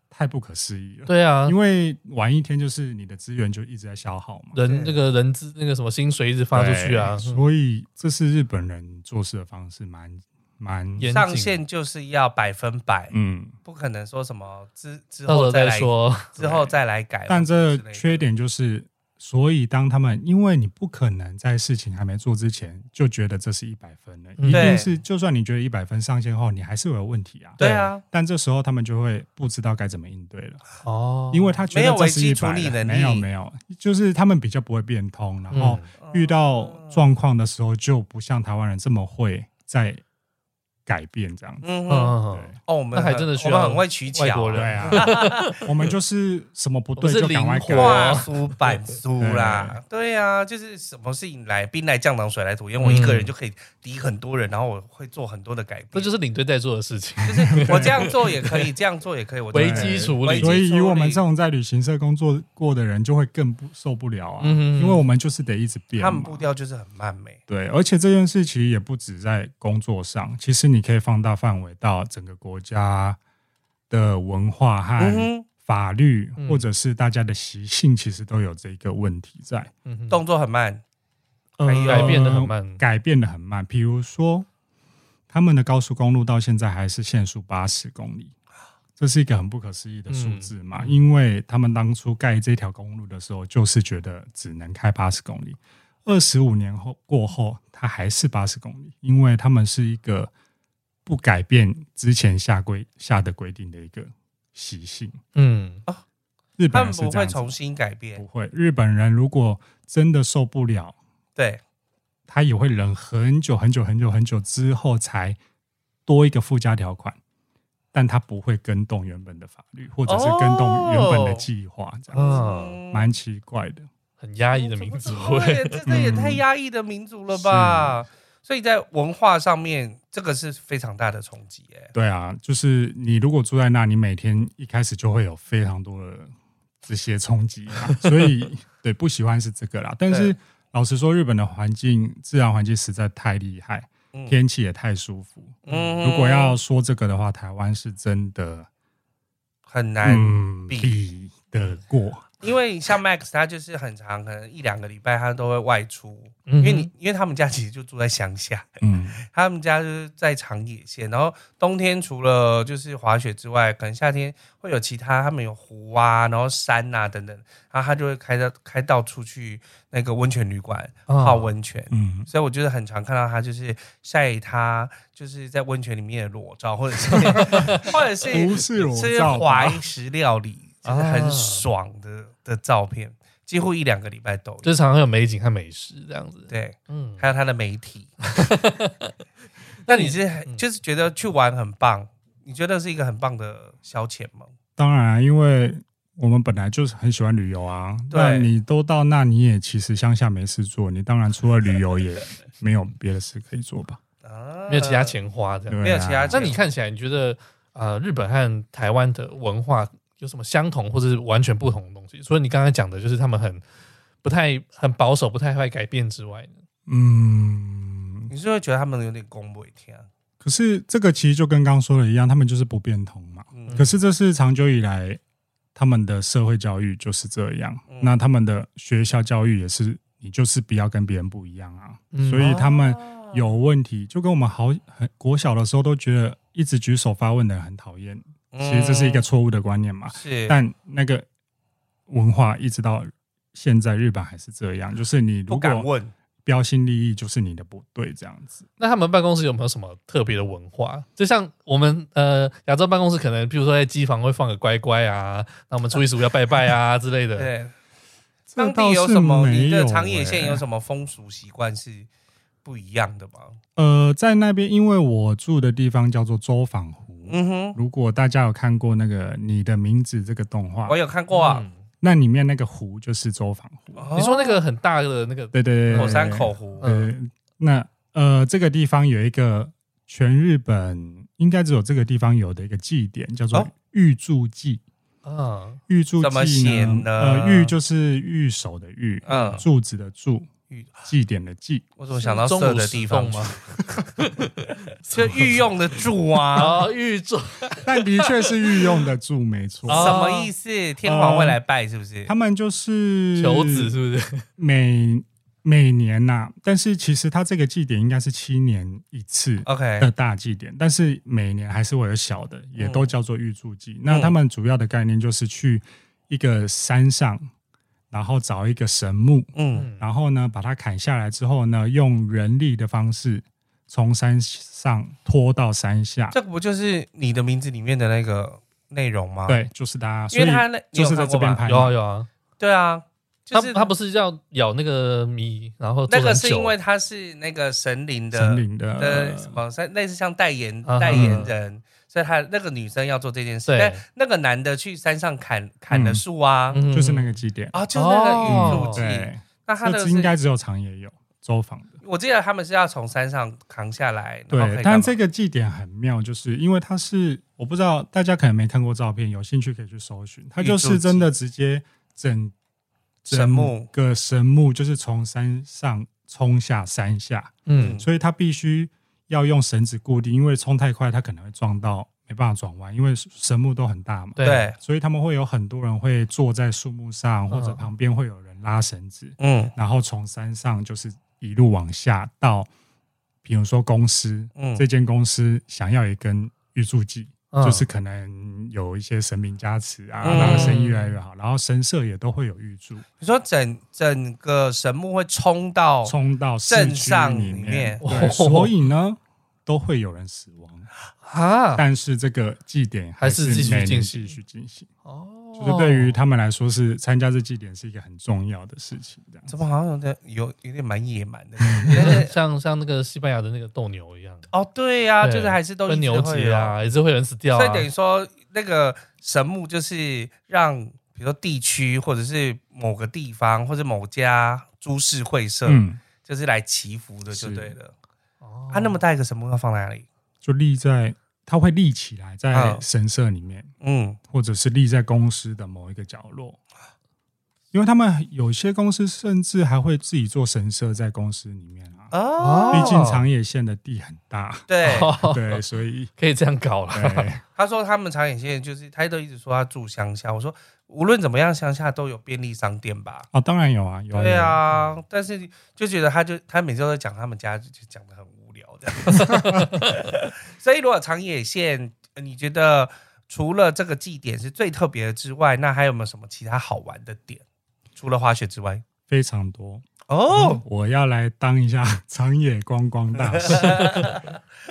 [SPEAKER 3] 太不可思议了。
[SPEAKER 1] 对啊，
[SPEAKER 3] 因为晚一天就是你的资源就一直在消耗嘛。
[SPEAKER 1] 人那
[SPEAKER 2] 对
[SPEAKER 1] 个人资那个什么薪水一直发出去啊
[SPEAKER 3] 对，所以这是日本人做事的方式，蛮蛮
[SPEAKER 1] 严谨
[SPEAKER 2] 上线就是要百分百，
[SPEAKER 3] 嗯。
[SPEAKER 2] 不可能说什么之之
[SPEAKER 1] 到时
[SPEAKER 2] 后
[SPEAKER 1] 候
[SPEAKER 2] 再
[SPEAKER 1] 再
[SPEAKER 2] 来，
[SPEAKER 1] 说。
[SPEAKER 2] 之后再来改。
[SPEAKER 3] 但这
[SPEAKER 2] 之类的
[SPEAKER 3] 缺点就是，所以当他们因为你不可能在事情还没做之前就觉得这是一百分了，
[SPEAKER 1] 嗯
[SPEAKER 3] 一
[SPEAKER 2] 对
[SPEAKER 3] 定是就算你觉得一百分上线后，你还是会有问题啊。
[SPEAKER 2] 对啊，
[SPEAKER 3] 但这时候他们就会不知道该怎么应对了，
[SPEAKER 1] 哦
[SPEAKER 3] 因为他觉得这是
[SPEAKER 2] 没有危机
[SPEAKER 3] 一
[SPEAKER 2] 处
[SPEAKER 3] 百
[SPEAKER 2] 理能力
[SPEAKER 3] 没有没有，就是他们比较不会变通，然后
[SPEAKER 1] 嗯
[SPEAKER 3] 遇到状况的时候就不像台湾人这么会在改变这样子。
[SPEAKER 1] 嗯
[SPEAKER 2] 嗯哼
[SPEAKER 1] 嗯嗯
[SPEAKER 2] 哦，我们
[SPEAKER 1] 那还
[SPEAKER 2] 很
[SPEAKER 1] 真的需
[SPEAKER 2] 我们
[SPEAKER 1] 要
[SPEAKER 2] 很会取巧
[SPEAKER 1] 外
[SPEAKER 2] 啊，
[SPEAKER 1] 国 人
[SPEAKER 3] 对啊，我们就是什么不
[SPEAKER 1] 我
[SPEAKER 3] 对
[SPEAKER 1] 们是
[SPEAKER 3] 就赶快
[SPEAKER 1] 灵活
[SPEAKER 3] 改。
[SPEAKER 2] 画书板书
[SPEAKER 1] 嗯
[SPEAKER 2] 啦，对啊，就是什么事情来兵来将挡水来土掩，我一个人就可以敌很多人，然后我会做很多的改变。
[SPEAKER 1] 嗯这就是领队在做的事情，
[SPEAKER 2] 就是我这样做也可以，这样做也可以，我
[SPEAKER 1] 危
[SPEAKER 2] 就
[SPEAKER 1] 机处
[SPEAKER 2] 危
[SPEAKER 1] 理
[SPEAKER 2] 机。
[SPEAKER 3] 所以以我们
[SPEAKER 2] 处理
[SPEAKER 3] 这种在旅行社工作过的人，就会更不受不了啊，
[SPEAKER 1] 嗯
[SPEAKER 3] 因为我们就是得一直变
[SPEAKER 2] 他
[SPEAKER 3] 嘛。
[SPEAKER 2] 们步调就是很慢美。
[SPEAKER 3] 对，而且这件事其实也不止在工作上，其实你可以放大范围到整个国家的文化
[SPEAKER 2] 嗯
[SPEAKER 3] 和
[SPEAKER 2] 哼，
[SPEAKER 3] 法律，
[SPEAKER 1] 嗯
[SPEAKER 3] 或者是大家的习性，其实都有这个问题在。
[SPEAKER 1] 嗯哼
[SPEAKER 2] 动作很慢，
[SPEAKER 3] 呃
[SPEAKER 2] 还有
[SPEAKER 1] 改变的很慢。
[SPEAKER 3] 改变的很慢。比如说，他们的高速公路到现在还是限速八十公里，这是一个很不可思议的数字嘛？
[SPEAKER 1] 嗯
[SPEAKER 3] 因为他们当初盖这条公路的时候，就是觉得只能开八十公里。二十五年后过后，它还是八十公里，因为他们是一个不改变之前下规下的规定的一个习性。
[SPEAKER 1] 嗯，
[SPEAKER 2] 哦
[SPEAKER 3] 日
[SPEAKER 2] 他们
[SPEAKER 3] 本人是
[SPEAKER 2] 不
[SPEAKER 3] 这
[SPEAKER 2] 会
[SPEAKER 3] 样子
[SPEAKER 2] 重新改
[SPEAKER 3] 不
[SPEAKER 2] 变。
[SPEAKER 3] 会。日本人如果真的受不了，
[SPEAKER 2] 对，
[SPEAKER 3] 它也会忍很久很久很久很久之后才多一个附加条款，但它不会跟动原本的法律，或者是跟动原本的计划，这样
[SPEAKER 1] 嗯，
[SPEAKER 3] 蛮奇怪的。
[SPEAKER 1] 很压抑的民族
[SPEAKER 2] 对，
[SPEAKER 1] 会，嗯
[SPEAKER 2] 这这也太压抑的民族了吧？所以在文化上面，这个是非常大的冲击、哎，
[SPEAKER 3] 对啊，就是你如果住在那，你每天一开始就会有非常多的这些冲击啊、所以 对不喜欢是这个啦。但是
[SPEAKER 2] 对
[SPEAKER 3] 老实说，日本的环境自然环境实在太厉害，
[SPEAKER 2] 嗯
[SPEAKER 3] 天气也太舒服。
[SPEAKER 2] 嗯
[SPEAKER 3] 如果要说这个的话，台湾是真的
[SPEAKER 2] 很难。
[SPEAKER 3] 嗯
[SPEAKER 2] 比
[SPEAKER 3] 比得过。
[SPEAKER 2] 因为像 Max 他就是很长，可能一两个礼拜他都会外出，
[SPEAKER 1] 因
[SPEAKER 2] 因为你因为他们家其实就住在乡下，
[SPEAKER 3] 嗯，
[SPEAKER 2] 他们家就是在长野县，然后冬天除了就是滑雪之外，可能夏天会有其他，他们有湖啊，然后山啊等等，然后他就会开到开到处去那个温泉旅馆泡温泉。
[SPEAKER 3] 嗯，
[SPEAKER 2] 所以我就是很常看到他，就是晒他就是在温泉里面的裸照，或者 是或者是
[SPEAKER 3] 不是裸
[SPEAKER 2] 吃
[SPEAKER 3] 照吧啊
[SPEAKER 2] 华食料理，就是很爽的的照片，几乎一两个礼拜都有。
[SPEAKER 1] 就是常常有美景和美食这样子。
[SPEAKER 2] 对，
[SPEAKER 1] 嗯，
[SPEAKER 2] 还有他的媒 体。那
[SPEAKER 3] 嗯
[SPEAKER 2] 你是就是觉得去玩很棒？你觉得是一个很棒的消遣吗？
[SPEAKER 3] 当然啊，因为我们本来就是很喜欢旅游啊。
[SPEAKER 2] 对
[SPEAKER 3] 那你都到那，你也其实乡下没事做，你当然除了旅 游也没有别的事可以做吧？
[SPEAKER 2] 啊，
[SPEAKER 1] 没有其他，钱花这样。
[SPEAKER 3] 对啊
[SPEAKER 2] 没有其他钱。
[SPEAKER 1] 那你看起来，你觉得呃，日本和台湾的文化有什么相同，或者是完全不同的东西？除了你刚才讲的，就是他们很不太很保守，不太会改变之外呢，
[SPEAKER 3] 嗯，
[SPEAKER 2] 你是会觉得啊他们有点恭维天？
[SPEAKER 3] 可是这个其实就跟刚说的一样，他们就是不变通嘛。
[SPEAKER 2] 嗯
[SPEAKER 3] 可是这是长久以来他们的社会教育就是这样，
[SPEAKER 2] 嗯
[SPEAKER 3] 那他们的学校教育也是，你就是不要跟别人不一样啊。
[SPEAKER 1] 嗯
[SPEAKER 3] 所以他们有问题，就跟我们好很国小的时候都觉得一直举手发问的人很讨厌，其实这是一个错误的观念嘛。
[SPEAKER 2] 哦嗯是，
[SPEAKER 3] 但那个文化一直到现在，日本还是这样，就是你
[SPEAKER 2] 不
[SPEAKER 3] 如
[SPEAKER 2] 敢
[SPEAKER 3] 果
[SPEAKER 2] 问。
[SPEAKER 3] 标新立异，就是你的不对这样子。
[SPEAKER 1] 那他们办公室有没有什么特别的文化？就像我们呃亚洲办公室，可能比如说在机房会放个乖乖啊，那我们初一十五要拜拜 啊之类的。
[SPEAKER 2] 对，
[SPEAKER 3] 这
[SPEAKER 2] 当
[SPEAKER 3] 倒
[SPEAKER 2] 地有
[SPEAKER 3] 是
[SPEAKER 2] 什么？
[SPEAKER 3] 没
[SPEAKER 2] 你的
[SPEAKER 3] 有
[SPEAKER 2] 长野县
[SPEAKER 3] 欸
[SPEAKER 2] 有什么风俗习惯是不一样的吗？
[SPEAKER 3] 呃，在那边，因为我住的地方叫做周访湖。
[SPEAKER 2] 嗯哼，
[SPEAKER 3] 如果大家有看过那个《你的名字》这个动画
[SPEAKER 2] 我，有看过啊。
[SPEAKER 1] 嗯
[SPEAKER 3] 那里面那个湖就是周访湖。
[SPEAKER 1] 你说那
[SPEAKER 2] 哦
[SPEAKER 1] 个很大的那个
[SPEAKER 3] 对对对，
[SPEAKER 2] 火山
[SPEAKER 3] 对
[SPEAKER 2] 口嗯湖，
[SPEAKER 3] 呃，那呃，这个地方有一个全日本应该只有这个地方有的一个祭典，叫做
[SPEAKER 2] 哦
[SPEAKER 3] 玉柱祭。
[SPEAKER 1] 嗯
[SPEAKER 3] 玉柱
[SPEAKER 2] 怎么
[SPEAKER 3] 祭
[SPEAKER 2] 写
[SPEAKER 3] 呢？
[SPEAKER 2] 呢
[SPEAKER 3] 呃，玉就是玉手的玉，
[SPEAKER 2] 嗯
[SPEAKER 3] 柱子的柱
[SPEAKER 2] 玉，
[SPEAKER 3] 祭典的祭。
[SPEAKER 2] 我怎么想到
[SPEAKER 1] 中
[SPEAKER 2] 色
[SPEAKER 1] 午
[SPEAKER 2] 的
[SPEAKER 1] 食
[SPEAKER 2] 地方
[SPEAKER 1] 动吗？
[SPEAKER 2] 就御用的住 啊，
[SPEAKER 1] 啊，玉柱
[SPEAKER 3] 但的确是御用的柱，没错。
[SPEAKER 1] 哦
[SPEAKER 2] 什么意思？天皇会来拜是不是
[SPEAKER 3] 哦他？们就是
[SPEAKER 1] 求子是不是？
[SPEAKER 3] 每每年呐、但是其实它这个祭典应该是七年一次。
[SPEAKER 2] 哦 OK，哦
[SPEAKER 3] 的大祭典，但是每年还是会有小的，也都叫做预祝祭。那他们主要的概念就是去一个山上，然后找一个神木，
[SPEAKER 2] 嗯，
[SPEAKER 3] 然后呢把它砍下来之后呢，用人力的方式从山上拖到山下。
[SPEAKER 2] 这个不就是你的名字里面的那个内容吗？，
[SPEAKER 3] 对，就是大家，
[SPEAKER 2] 因为
[SPEAKER 3] 所以
[SPEAKER 2] 他那你
[SPEAKER 3] 就
[SPEAKER 2] 有
[SPEAKER 3] 是在
[SPEAKER 2] 看
[SPEAKER 3] 这
[SPEAKER 2] 过
[SPEAKER 3] 边
[SPEAKER 2] 吧？
[SPEAKER 3] 拍
[SPEAKER 1] 有啊
[SPEAKER 3] 嘛。
[SPEAKER 1] 有啊，
[SPEAKER 2] 对啊，就
[SPEAKER 1] 他
[SPEAKER 2] 是
[SPEAKER 1] 他不是要咬那个米，然后
[SPEAKER 2] 那
[SPEAKER 1] 做
[SPEAKER 2] 个
[SPEAKER 1] 成
[SPEAKER 2] 是
[SPEAKER 1] 酒
[SPEAKER 2] 因为他是那个神灵的
[SPEAKER 3] 神灵的
[SPEAKER 2] 的什么，像类似像代言
[SPEAKER 1] 啊哈
[SPEAKER 2] 代言人，所以他那个女生要做这件事，
[SPEAKER 1] 对
[SPEAKER 2] 但那个男的去山上砍砍了
[SPEAKER 3] 嗯
[SPEAKER 2] 树啊，
[SPEAKER 1] 嗯
[SPEAKER 3] 就是那个祭典，
[SPEAKER 2] 啊，就是那个玉
[SPEAKER 1] 哦
[SPEAKER 2] 露记，
[SPEAKER 3] 对，
[SPEAKER 2] 那他的
[SPEAKER 3] 这
[SPEAKER 2] 是
[SPEAKER 3] 应该只有长野有周访的。
[SPEAKER 2] 我记得他们是要从山上扛下来，然后可
[SPEAKER 3] 对
[SPEAKER 2] 以，干
[SPEAKER 3] 但
[SPEAKER 2] 嘛
[SPEAKER 3] 这个祭典很妙，就是因为它是我不知道大家可能没看过照片，有兴趣可以去搜寻，它就
[SPEAKER 2] 玉柱
[SPEAKER 3] 是
[SPEAKER 2] 祭
[SPEAKER 3] 真的直接整
[SPEAKER 2] 神木
[SPEAKER 3] 整个神木就是从山上冲下山下，
[SPEAKER 1] 嗯
[SPEAKER 3] 所以它必须要用绳子固定，因为冲太快它可能会撞到没办法转弯，因为神木都很大嘛，
[SPEAKER 1] 对
[SPEAKER 2] 对，
[SPEAKER 3] 所以他们会有很多人会坐在树木上，或者
[SPEAKER 1] 嗯
[SPEAKER 3] 旁边会有人拉绳子，
[SPEAKER 2] 嗯
[SPEAKER 3] 然后从山上就是一路往下到，比如说公司，
[SPEAKER 2] 嗯
[SPEAKER 3] 这间公司想要一根预祝祭，
[SPEAKER 1] 嗯
[SPEAKER 3] 就是可能有一些神明加持啊，
[SPEAKER 2] 嗯
[SPEAKER 3] 让生意越来越好，然后神社也都会有预祝，
[SPEAKER 2] 你说整整个神木会冲到
[SPEAKER 3] 冲到市
[SPEAKER 2] 哦镇
[SPEAKER 3] 区
[SPEAKER 2] 上
[SPEAKER 3] 里
[SPEAKER 2] 里面
[SPEAKER 3] 对
[SPEAKER 1] 哦
[SPEAKER 3] 所以呢，都会有人死亡，
[SPEAKER 1] 啊，
[SPEAKER 3] 但是这个祭典
[SPEAKER 1] 还是
[SPEAKER 3] 是
[SPEAKER 1] 继续
[SPEAKER 3] 每
[SPEAKER 1] 进
[SPEAKER 3] 年
[SPEAKER 1] 行
[SPEAKER 3] 继续进行。
[SPEAKER 1] 哦，
[SPEAKER 3] 就是对于他们来说是参加这祭典是一个很重要的事情，这样
[SPEAKER 2] 怎么好像有点有有点蛮野蛮的？哎
[SPEAKER 1] 就是像像那个西班牙的那个斗牛一样，
[SPEAKER 2] 哦，对呀、
[SPEAKER 1] 对
[SPEAKER 2] 就是还是都一
[SPEAKER 1] 跟
[SPEAKER 2] 直
[SPEAKER 1] 牛
[SPEAKER 2] 会
[SPEAKER 1] 节
[SPEAKER 2] 有，
[SPEAKER 1] 啊，也是会有人死掉
[SPEAKER 2] 所以
[SPEAKER 1] 啊
[SPEAKER 2] 等。于说那个神木就是让比如说地区或者是某个地方或者某家株式会社，
[SPEAKER 3] 嗯，
[SPEAKER 2] 就是来祈福的就是对了。
[SPEAKER 1] 哦
[SPEAKER 2] 啊，那么大一个神木要放哪里？
[SPEAKER 3] 就立在它会立起来在
[SPEAKER 2] 嗯
[SPEAKER 3] 神社里面，
[SPEAKER 2] 嗯，
[SPEAKER 3] 或者是立在公司的某一个角落，因为他们有些公司甚至还会自己做神社在公司里面啊。
[SPEAKER 2] 哦，
[SPEAKER 3] 毕竟长野县的地很大，
[SPEAKER 2] 对，
[SPEAKER 3] 对，所以
[SPEAKER 1] 哦 可以这样搞了，
[SPEAKER 3] 对
[SPEAKER 2] 他说他们长野县就是他都一直说他住乡下，我说无论怎么样，乡下都有便利商店吧。
[SPEAKER 3] 哦，当然有啊，有
[SPEAKER 2] 对，
[SPEAKER 3] 有
[SPEAKER 2] 啊，但是就觉得他就他每次都在讲他们家，就讲的很无聊的。 所以如果长野县，呃你觉得除了这个祭典是最特别的之外，那还有没有什么其他好玩的点？除了滑雪之外，
[SPEAKER 3] 非常多。
[SPEAKER 2] 哦，
[SPEAKER 3] 我要来当一下长野观光 大使。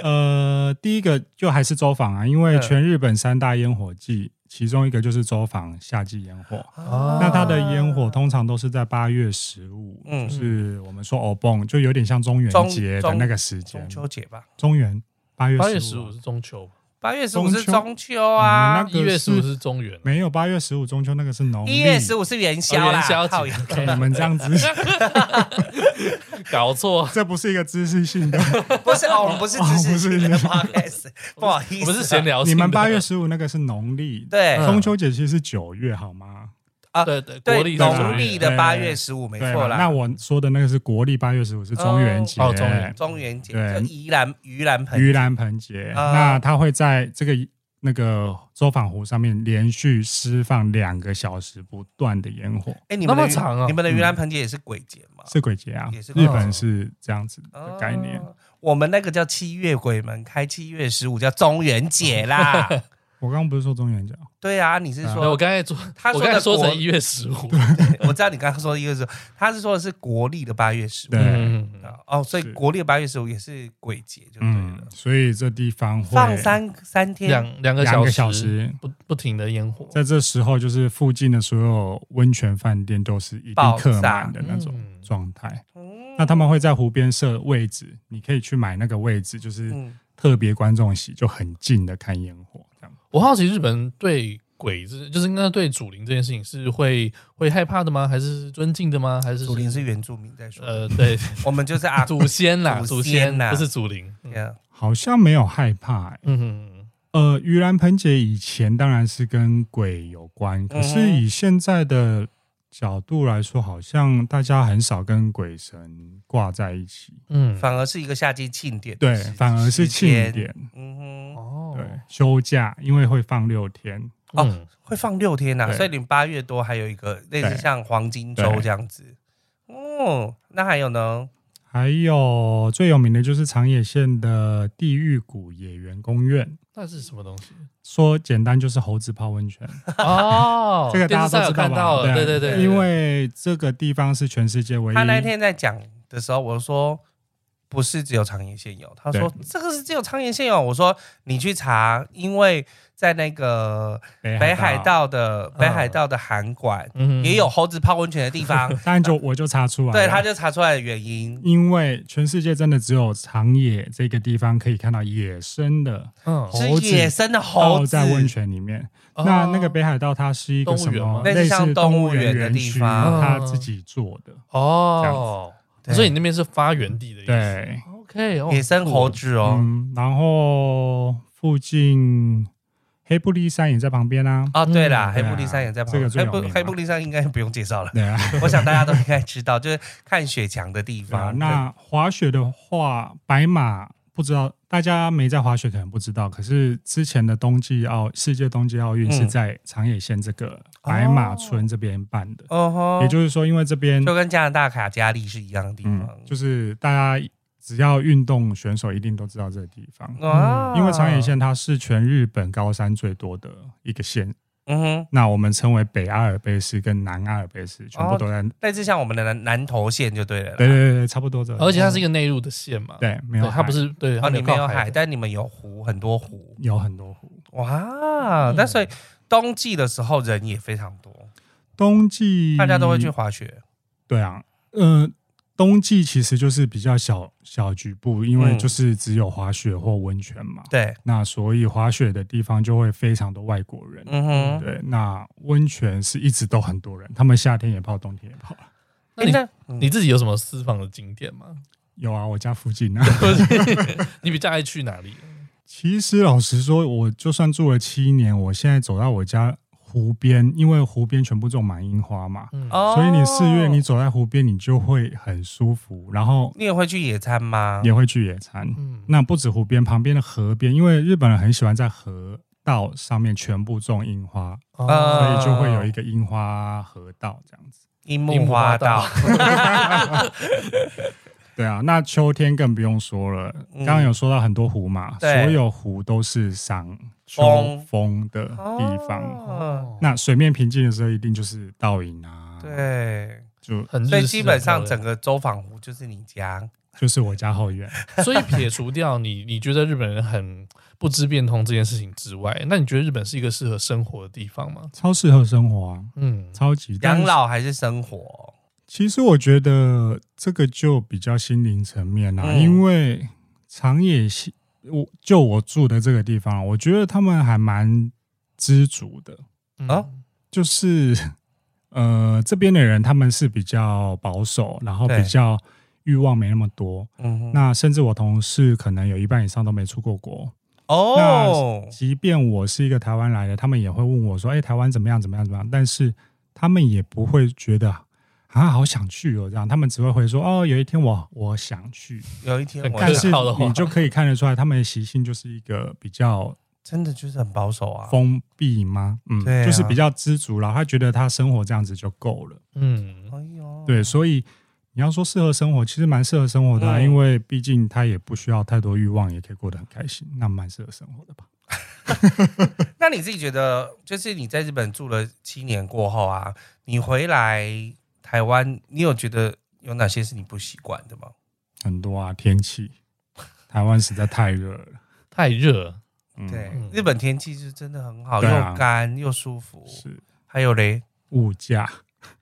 [SPEAKER 3] 呃，第一个就还是周访啊，因为
[SPEAKER 2] 嗯
[SPEAKER 3] 全日本三大烟火季，其中一个就是周访夏季烟火。
[SPEAKER 2] 嗯
[SPEAKER 1] 哦
[SPEAKER 3] 那它的烟火通常都是在八月十五，
[SPEAKER 2] 嗯
[SPEAKER 3] 就是我们说欧蹦，就有点像中元
[SPEAKER 2] 中
[SPEAKER 3] 节的
[SPEAKER 2] 中
[SPEAKER 3] 那个时间
[SPEAKER 2] 中。秋节吧，
[SPEAKER 3] 中元八 月
[SPEAKER 1] 八月十
[SPEAKER 3] 十
[SPEAKER 1] 五是中秋，
[SPEAKER 2] 八月十五是
[SPEAKER 3] 中
[SPEAKER 2] 中秋啊
[SPEAKER 3] 嗯，那
[SPEAKER 1] 一
[SPEAKER 3] 个
[SPEAKER 1] 月十
[SPEAKER 3] 是
[SPEAKER 1] 五是中原，
[SPEAKER 3] 没有八月十五中秋那个是农历。
[SPEAKER 2] 一月十五是元宵啦，
[SPEAKER 1] 哦元宵节
[SPEAKER 2] 靠呀
[SPEAKER 1] OK
[SPEAKER 3] 你 们这 样子，
[SPEAKER 1] 搞错，
[SPEAKER 3] 这不是一个知识 性的。
[SPEAKER 2] 不是哦，我 们不是
[SPEAKER 3] 哦
[SPEAKER 2] 只是
[SPEAKER 3] 不是
[SPEAKER 2] 新的 podcast，不好 意
[SPEAKER 1] 我
[SPEAKER 2] 思，啊
[SPEAKER 1] 们是闲聊
[SPEAKER 3] 你
[SPEAKER 1] 性的。
[SPEAKER 3] 们八月十五那个是农历，
[SPEAKER 2] 对
[SPEAKER 1] 嗯
[SPEAKER 3] 中秋节其实是九月，好吗？
[SPEAKER 2] 啊
[SPEAKER 1] 对对国
[SPEAKER 2] 对
[SPEAKER 1] 历的
[SPEAKER 2] 农历的
[SPEAKER 3] 对
[SPEAKER 2] 八月十五没
[SPEAKER 3] 对
[SPEAKER 2] 错
[SPEAKER 3] 嘛
[SPEAKER 2] 啦。
[SPEAKER 3] 那我说的那个是国历八月十五是中元节，
[SPEAKER 1] 哦哦中元
[SPEAKER 2] 中元节，
[SPEAKER 3] 对
[SPEAKER 2] 就宜兰盂兰盆
[SPEAKER 3] 盂兰盆节。
[SPEAKER 2] 啊
[SPEAKER 3] 那它会在这个那个周访湖上面连续释放两个小时不断的烟火，
[SPEAKER 2] 哎、你们的
[SPEAKER 1] 那么长啊
[SPEAKER 2] 你们的盂兰盆节也是鬼节吗？
[SPEAKER 3] 是鬼节啊
[SPEAKER 2] 也是，鬼
[SPEAKER 3] 日
[SPEAKER 2] 节
[SPEAKER 3] 本是这样子的概念。
[SPEAKER 2] 哦我们那个叫七月鬼门开，七月十五叫中元节 啦。
[SPEAKER 3] 我刚刚不是说中元节啊，
[SPEAKER 2] 对啊，你是
[SPEAKER 1] 没有，我
[SPEAKER 2] 说？
[SPEAKER 1] 刚才说，
[SPEAKER 2] 他
[SPEAKER 1] 我
[SPEAKER 2] 说
[SPEAKER 1] 刚
[SPEAKER 2] 的
[SPEAKER 1] 才说
[SPEAKER 2] 国
[SPEAKER 1] 成，一月十五，
[SPEAKER 3] 嗯
[SPEAKER 2] 我知道你刚刚说的一个是，他是说的是国历的八月十
[SPEAKER 3] 对
[SPEAKER 2] 五
[SPEAKER 1] 嗯，
[SPEAKER 2] 哦，所以
[SPEAKER 3] 是
[SPEAKER 2] 国历的八月十五也是鬼节就对了
[SPEAKER 3] 嗯。，所以这地方会
[SPEAKER 2] 放三三天，
[SPEAKER 1] 两两个
[SPEAKER 3] 两个
[SPEAKER 1] 小
[SPEAKER 3] 小
[SPEAKER 1] 时
[SPEAKER 3] 时。
[SPEAKER 1] 不不停的烟火，
[SPEAKER 3] 在这时候，就是附近的所有温泉饭店都是一定
[SPEAKER 2] 爆
[SPEAKER 3] 客
[SPEAKER 2] 炸
[SPEAKER 3] 满的那种
[SPEAKER 1] 嗯
[SPEAKER 3] 状态。
[SPEAKER 2] 嗯
[SPEAKER 3] 那他们会在湖边设位置，你可以去买那个位置，就是
[SPEAKER 2] 嗯
[SPEAKER 3] 特别观众席就很近的看烟火，这样
[SPEAKER 1] 我好奇日本人对鬼子，就是应该对祖灵这件事情是会会害怕的吗？还是尊敬的吗？还是
[SPEAKER 2] 祖灵是原住民在说，
[SPEAKER 1] 呃对
[SPEAKER 2] 我们就是啊阿
[SPEAKER 1] 祖先
[SPEAKER 3] 啊
[SPEAKER 1] 啦，祖
[SPEAKER 2] 祖
[SPEAKER 1] 先
[SPEAKER 2] 先啦
[SPEAKER 1] 不是祖灵。嗯
[SPEAKER 2] 呀
[SPEAKER 3] 好像没有害怕、欸。
[SPEAKER 1] 嗯哼，
[SPEAKER 3] 呃，盂兰盆节以前当然是跟鬼有关，
[SPEAKER 1] 嗯
[SPEAKER 3] 可是以现在的角度来说，好像大家很少跟鬼神挂在一起，
[SPEAKER 1] 嗯，
[SPEAKER 2] 反而是一个夏季庆典的
[SPEAKER 3] 对
[SPEAKER 2] 时间，，
[SPEAKER 3] 反而是庆典，
[SPEAKER 2] 嗯哼，
[SPEAKER 1] 哦
[SPEAKER 3] 对，休假，因为会放六天，
[SPEAKER 2] 哦
[SPEAKER 1] 嗯
[SPEAKER 2] 会放六天呐、啊
[SPEAKER 3] 对
[SPEAKER 2] 所以你八月多还有一个类似
[SPEAKER 3] 对
[SPEAKER 2] 像黄金周这样子。哦，那还有呢？
[SPEAKER 3] 还有最有名的就是长野县的地狱谷野原公园，
[SPEAKER 1] 那是什么东西？
[SPEAKER 3] 说简单就是猴子泡温泉。，
[SPEAKER 1] 哦
[SPEAKER 3] 这个
[SPEAKER 1] 电
[SPEAKER 3] 大
[SPEAKER 1] 视
[SPEAKER 3] 家
[SPEAKER 1] 上
[SPEAKER 3] 都
[SPEAKER 1] 有
[SPEAKER 3] 知道
[SPEAKER 1] 看到
[SPEAKER 3] 吧？
[SPEAKER 1] 了，对
[SPEAKER 3] 对啊
[SPEAKER 1] 对对，
[SPEAKER 3] 因为这个地方是全世界唯一。
[SPEAKER 2] 他那天在讲的时候，我说不是只有长野县有，他说这个是只有长野县有。我说你去查，因为在那个北海，道的
[SPEAKER 1] 嗯
[SPEAKER 2] 北海道的函馆、
[SPEAKER 1] 嗯
[SPEAKER 2] 也有猴子泡温泉的地 方，
[SPEAKER 3] 当然就我就查出来了，
[SPEAKER 2] 对，他就查出来的原因。
[SPEAKER 3] 因为全世界真的只有长野这个地方可以看到野生的
[SPEAKER 1] 嗯
[SPEAKER 2] 是
[SPEAKER 3] 猴子
[SPEAKER 2] 野生的猴
[SPEAKER 3] 泡
[SPEAKER 2] 子
[SPEAKER 3] 在温泉里面。那那个北海道它是一个什
[SPEAKER 1] 哦动物园吗
[SPEAKER 3] 么
[SPEAKER 2] 类似
[SPEAKER 3] 类
[SPEAKER 2] 像
[SPEAKER 3] 似
[SPEAKER 2] 动
[SPEAKER 3] 动
[SPEAKER 2] 物
[SPEAKER 3] 物
[SPEAKER 2] 园
[SPEAKER 3] 园
[SPEAKER 2] 的
[SPEAKER 3] 园
[SPEAKER 2] 地
[SPEAKER 3] 区，
[SPEAKER 2] 方
[SPEAKER 3] 它自己做的。
[SPEAKER 1] 哦，
[SPEAKER 2] 对
[SPEAKER 1] 所以你那边是发源地的意思。
[SPEAKER 3] 对，
[SPEAKER 1] ，OK，哦
[SPEAKER 2] 野生猴子哦，
[SPEAKER 3] 嗯，然后附近黑布利山也在旁边啦。
[SPEAKER 2] 哦，对啦，
[SPEAKER 1] 嗯
[SPEAKER 2] 黑
[SPEAKER 3] 对啊
[SPEAKER 2] 布利山也在旁
[SPEAKER 3] 这
[SPEAKER 2] 边，
[SPEAKER 3] 个最
[SPEAKER 2] 黑
[SPEAKER 3] 有
[SPEAKER 2] 布
[SPEAKER 3] 名嘛啊
[SPEAKER 2] 黑布利山应该不用介绍了，
[SPEAKER 3] 对啊。
[SPEAKER 2] 我想大家都应该知道，就是看雪墙的地
[SPEAKER 3] 对啊，
[SPEAKER 2] 方。
[SPEAKER 3] 那滑雪的话，白马不知道大家没在滑雪可能不知道，可是之前的冬季奥世界冬季奥运是
[SPEAKER 2] 嗯
[SPEAKER 3] 在长野县这个白马村这边办的，
[SPEAKER 2] 哦吼，
[SPEAKER 3] 也就是说，因为这边
[SPEAKER 2] 就跟加拿大卡加利是一样的地
[SPEAKER 3] 嗯
[SPEAKER 2] 方，，
[SPEAKER 3] 就是大家只要运动选手一定都知道这个地方，
[SPEAKER 2] 啊
[SPEAKER 3] 因为长野县它是全日本高山最多的一个县
[SPEAKER 2] 嗯哼，
[SPEAKER 3] 那我们称为北阿尔卑斯跟南阿尔卑斯，全部都在。
[SPEAKER 2] 类似像我们的南南投县就对了啦。
[SPEAKER 3] 对对对对，差不多这。
[SPEAKER 1] 而且它是一个内陆的县嘛，
[SPEAKER 3] 对，没
[SPEAKER 1] 对，
[SPEAKER 3] 有
[SPEAKER 1] 它不
[SPEAKER 3] 海
[SPEAKER 1] 是对，
[SPEAKER 2] 哦，
[SPEAKER 1] 它
[SPEAKER 2] 你没有
[SPEAKER 1] 靠
[SPEAKER 2] 海，但你们有湖，很多湖。
[SPEAKER 3] 有很多湖。嗯
[SPEAKER 2] 哇，那所以冬季的时候人也非常多，
[SPEAKER 3] 冬季
[SPEAKER 2] 大家都会去。滑雪。
[SPEAKER 3] 对啊，呃，冬季其实就是比较小小局部，因为
[SPEAKER 2] 嗯
[SPEAKER 3] 就是只有滑雪或温泉嘛。
[SPEAKER 2] 对，
[SPEAKER 3] 那所以滑雪的地方就会非常多外国人。
[SPEAKER 2] 嗯哼。
[SPEAKER 3] 对，那温泉是一直都很多人，他们夏天也泡，冬天也泡。
[SPEAKER 1] 那
[SPEAKER 2] 诶
[SPEAKER 1] 你
[SPEAKER 2] 那
[SPEAKER 1] 你自己有什么私房的景点吗？
[SPEAKER 3] 有啊，我家附近啊。
[SPEAKER 1] 你比较爱去哪里？
[SPEAKER 3] 其实老实说，我就算住了七年，我现在走到我家湖边，因为湖边全部种满樱花嘛，
[SPEAKER 1] 嗯，
[SPEAKER 2] 哦
[SPEAKER 3] 所以你四月你走在湖边，你就会很舒服，然后
[SPEAKER 2] 你也会去野餐吗？
[SPEAKER 3] 也会去野餐。
[SPEAKER 1] 嗯
[SPEAKER 3] 那不止湖边，旁边的河边，因为日本人很喜欢在河道上面全部种樱花，
[SPEAKER 1] 哦
[SPEAKER 3] 所以就会有一个樱花河道这样子。
[SPEAKER 2] 樱木花道，
[SPEAKER 3] 对啊，那秋天更不用说了。
[SPEAKER 2] 嗯
[SPEAKER 3] 刚刚有说到很多湖嘛，所
[SPEAKER 2] 对
[SPEAKER 3] 有湖都是赏秋
[SPEAKER 2] 风
[SPEAKER 3] 风的地方。
[SPEAKER 2] 哦
[SPEAKER 3] 那水面平静的时候，一定就是倒影啊，，
[SPEAKER 2] 对，
[SPEAKER 3] 就
[SPEAKER 1] 很日
[SPEAKER 2] 所以
[SPEAKER 1] 式
[SPEAKER 2] 基本上整
[SPEAKER 1] 很
[SPEAKER 2] 个周访湖就是你家。
[SPEAKER 3] 就是我家后院。
[SPEAKER 1] 漂亮，所以撇除掉你， 你觉得日本人很不知变通这件事情之外，那你觉得日本是一个适合生活的地方吗？
[SPEAKER 3] 超适合生活啊，
[SPEAKER 1] 嗯，
[SPEAKER 3] 超级
[SPEAKER 2] 养。
[SPEAKER 3] 但是
[SPEAKER 2] 老还是生活？
[SPEAKER 3] 其实我觉得这个就比较心灵层面啦、
[SPEAKER 2] 嗯
[SPEAKER 3] 因为长野县，我就我住的这个地方，我觉得他们还蛮知足的，
[SPEAKER 1] 嗯
[SPEAKER 2] 哦
[SPEAKER 3] 就是 呃这边的人他们是比较保守，然后
[SPEAKER 2] 对
[SPEAKER 3] 比较欲望没那么多。
[SPEAKER 2] 嗯哼，
[SPEAKER 3] 那甚至我同事可能有一半以上都没出过国，
[SPEAKER 2] 哦，
[SPEAKER 3] 即便我是一个台湾来的，他们也会问我说：“哎、台湾怎么样？怎么样？怎么样？”但是他们也不会觉得啊，好想去哦，这样，他们只会回说：“哦，有一天我我想去。
[SPEAKER 2] 有一天
[SPEAKER 1] 很”
[SPEAKER 2] 我
[SPEAKER 1] 干
[SPEAKER 3] 但
[SPEAKER 2] 想
[SPEAKER 3] 是
[SPEAKER 1] 净好的话
[SPEAKER 3] 你就可以看得出来，他们的习性就是一个比较
[SPEAKER 2] 真的就是很保守啊。
[SPEAKER 3] 封闭吗？嗯，
[SPEAKER 2] 对啊
[SPEAKER 3] 就是比较知足然后他觉得他生活这样子就够了。
[SPEAKER 1] 嗯，
[SPEAKER 2] 哎呦，
[SPEAKER 3] 对，所以你要说适合生活，其实蛮适合生活的啊、
[SPEAKER 2] 嗯
[SPEAKER 3] 因为毕竟他也不需要太多欲望，也可以过得很开心，那蛮适合生活的吧。
[SPEAKER 2] 那你自己觉得，就是你在日本住了七年过后啊，你回来台湾，你有觉得有哪些是你不习惯的吗？
[SPEAKER 3] 很多啊，天气，台湾实在太热了。
[SPEAKER 1] 太热，
[SPEAKER 3] 嗯
[SPEAKER 2] 对，
[SPEAKER 1] 嗯
[SPEAKER 2] 日本天气是真的很好，
[SPEAKER 3] 对啊
[SPEAKER 2] 又干又舒服。
[SPEAKER 3] 是
[SPEAKER 2] 还有嘞，
[SPEAKER 3] 物价。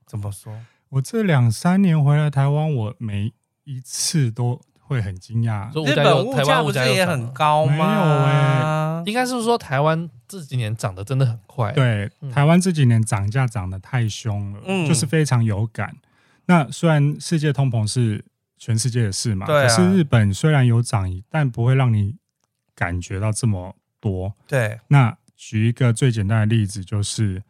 [SPEAKER 2] 怎么说？
[SPEAKER 3] 我这两三年回来台湾，我每一次都会很惊讶。
[SPEAKER 1] 所以
[SPEAKER 2] 日
[SPEAKER 1] 物价
[SPEAKER 2] 本
[SPEAKER 1] 又
[SPEAKER 2] 物
[SPEAKER 1] 台
[SPEAKER 2] 价
[SPEAKER 1] 湾
[SPEAKER 2] 不
[SPEAKER 1] 物
[SPEAKER 2] 是
[SPEAKER 1] 价又
[SPEAKER 2] 也
[SPEAKER 1] 涨啊
[SPEAKER 2] 很
[SPEAKER 1] 了，
[SPEAKER 2] 高吗？
[SPEAKER 3] 欸
[SPEAKER 1] 应该是说台湾这几年涨得真的很快，，
[SPEAKER 3] 对，
[SPEAKER 1] 嗯
[SPEAKER 3] 台湾这几年涨价涨得太凶了，
[SPEAKER 2] 嗯
[SPEAKER 3] 就是非常有感。那虽然世界通膨是全世界的事嘛，
[SPEAKER 2] 对啊
[SPEAKER 3] 可是日本虽然有涨，但不会让你感觉到这么多。
[SPEAKER 2] 对，
[SPEAKER 3] 那举一个最简单的例子，就是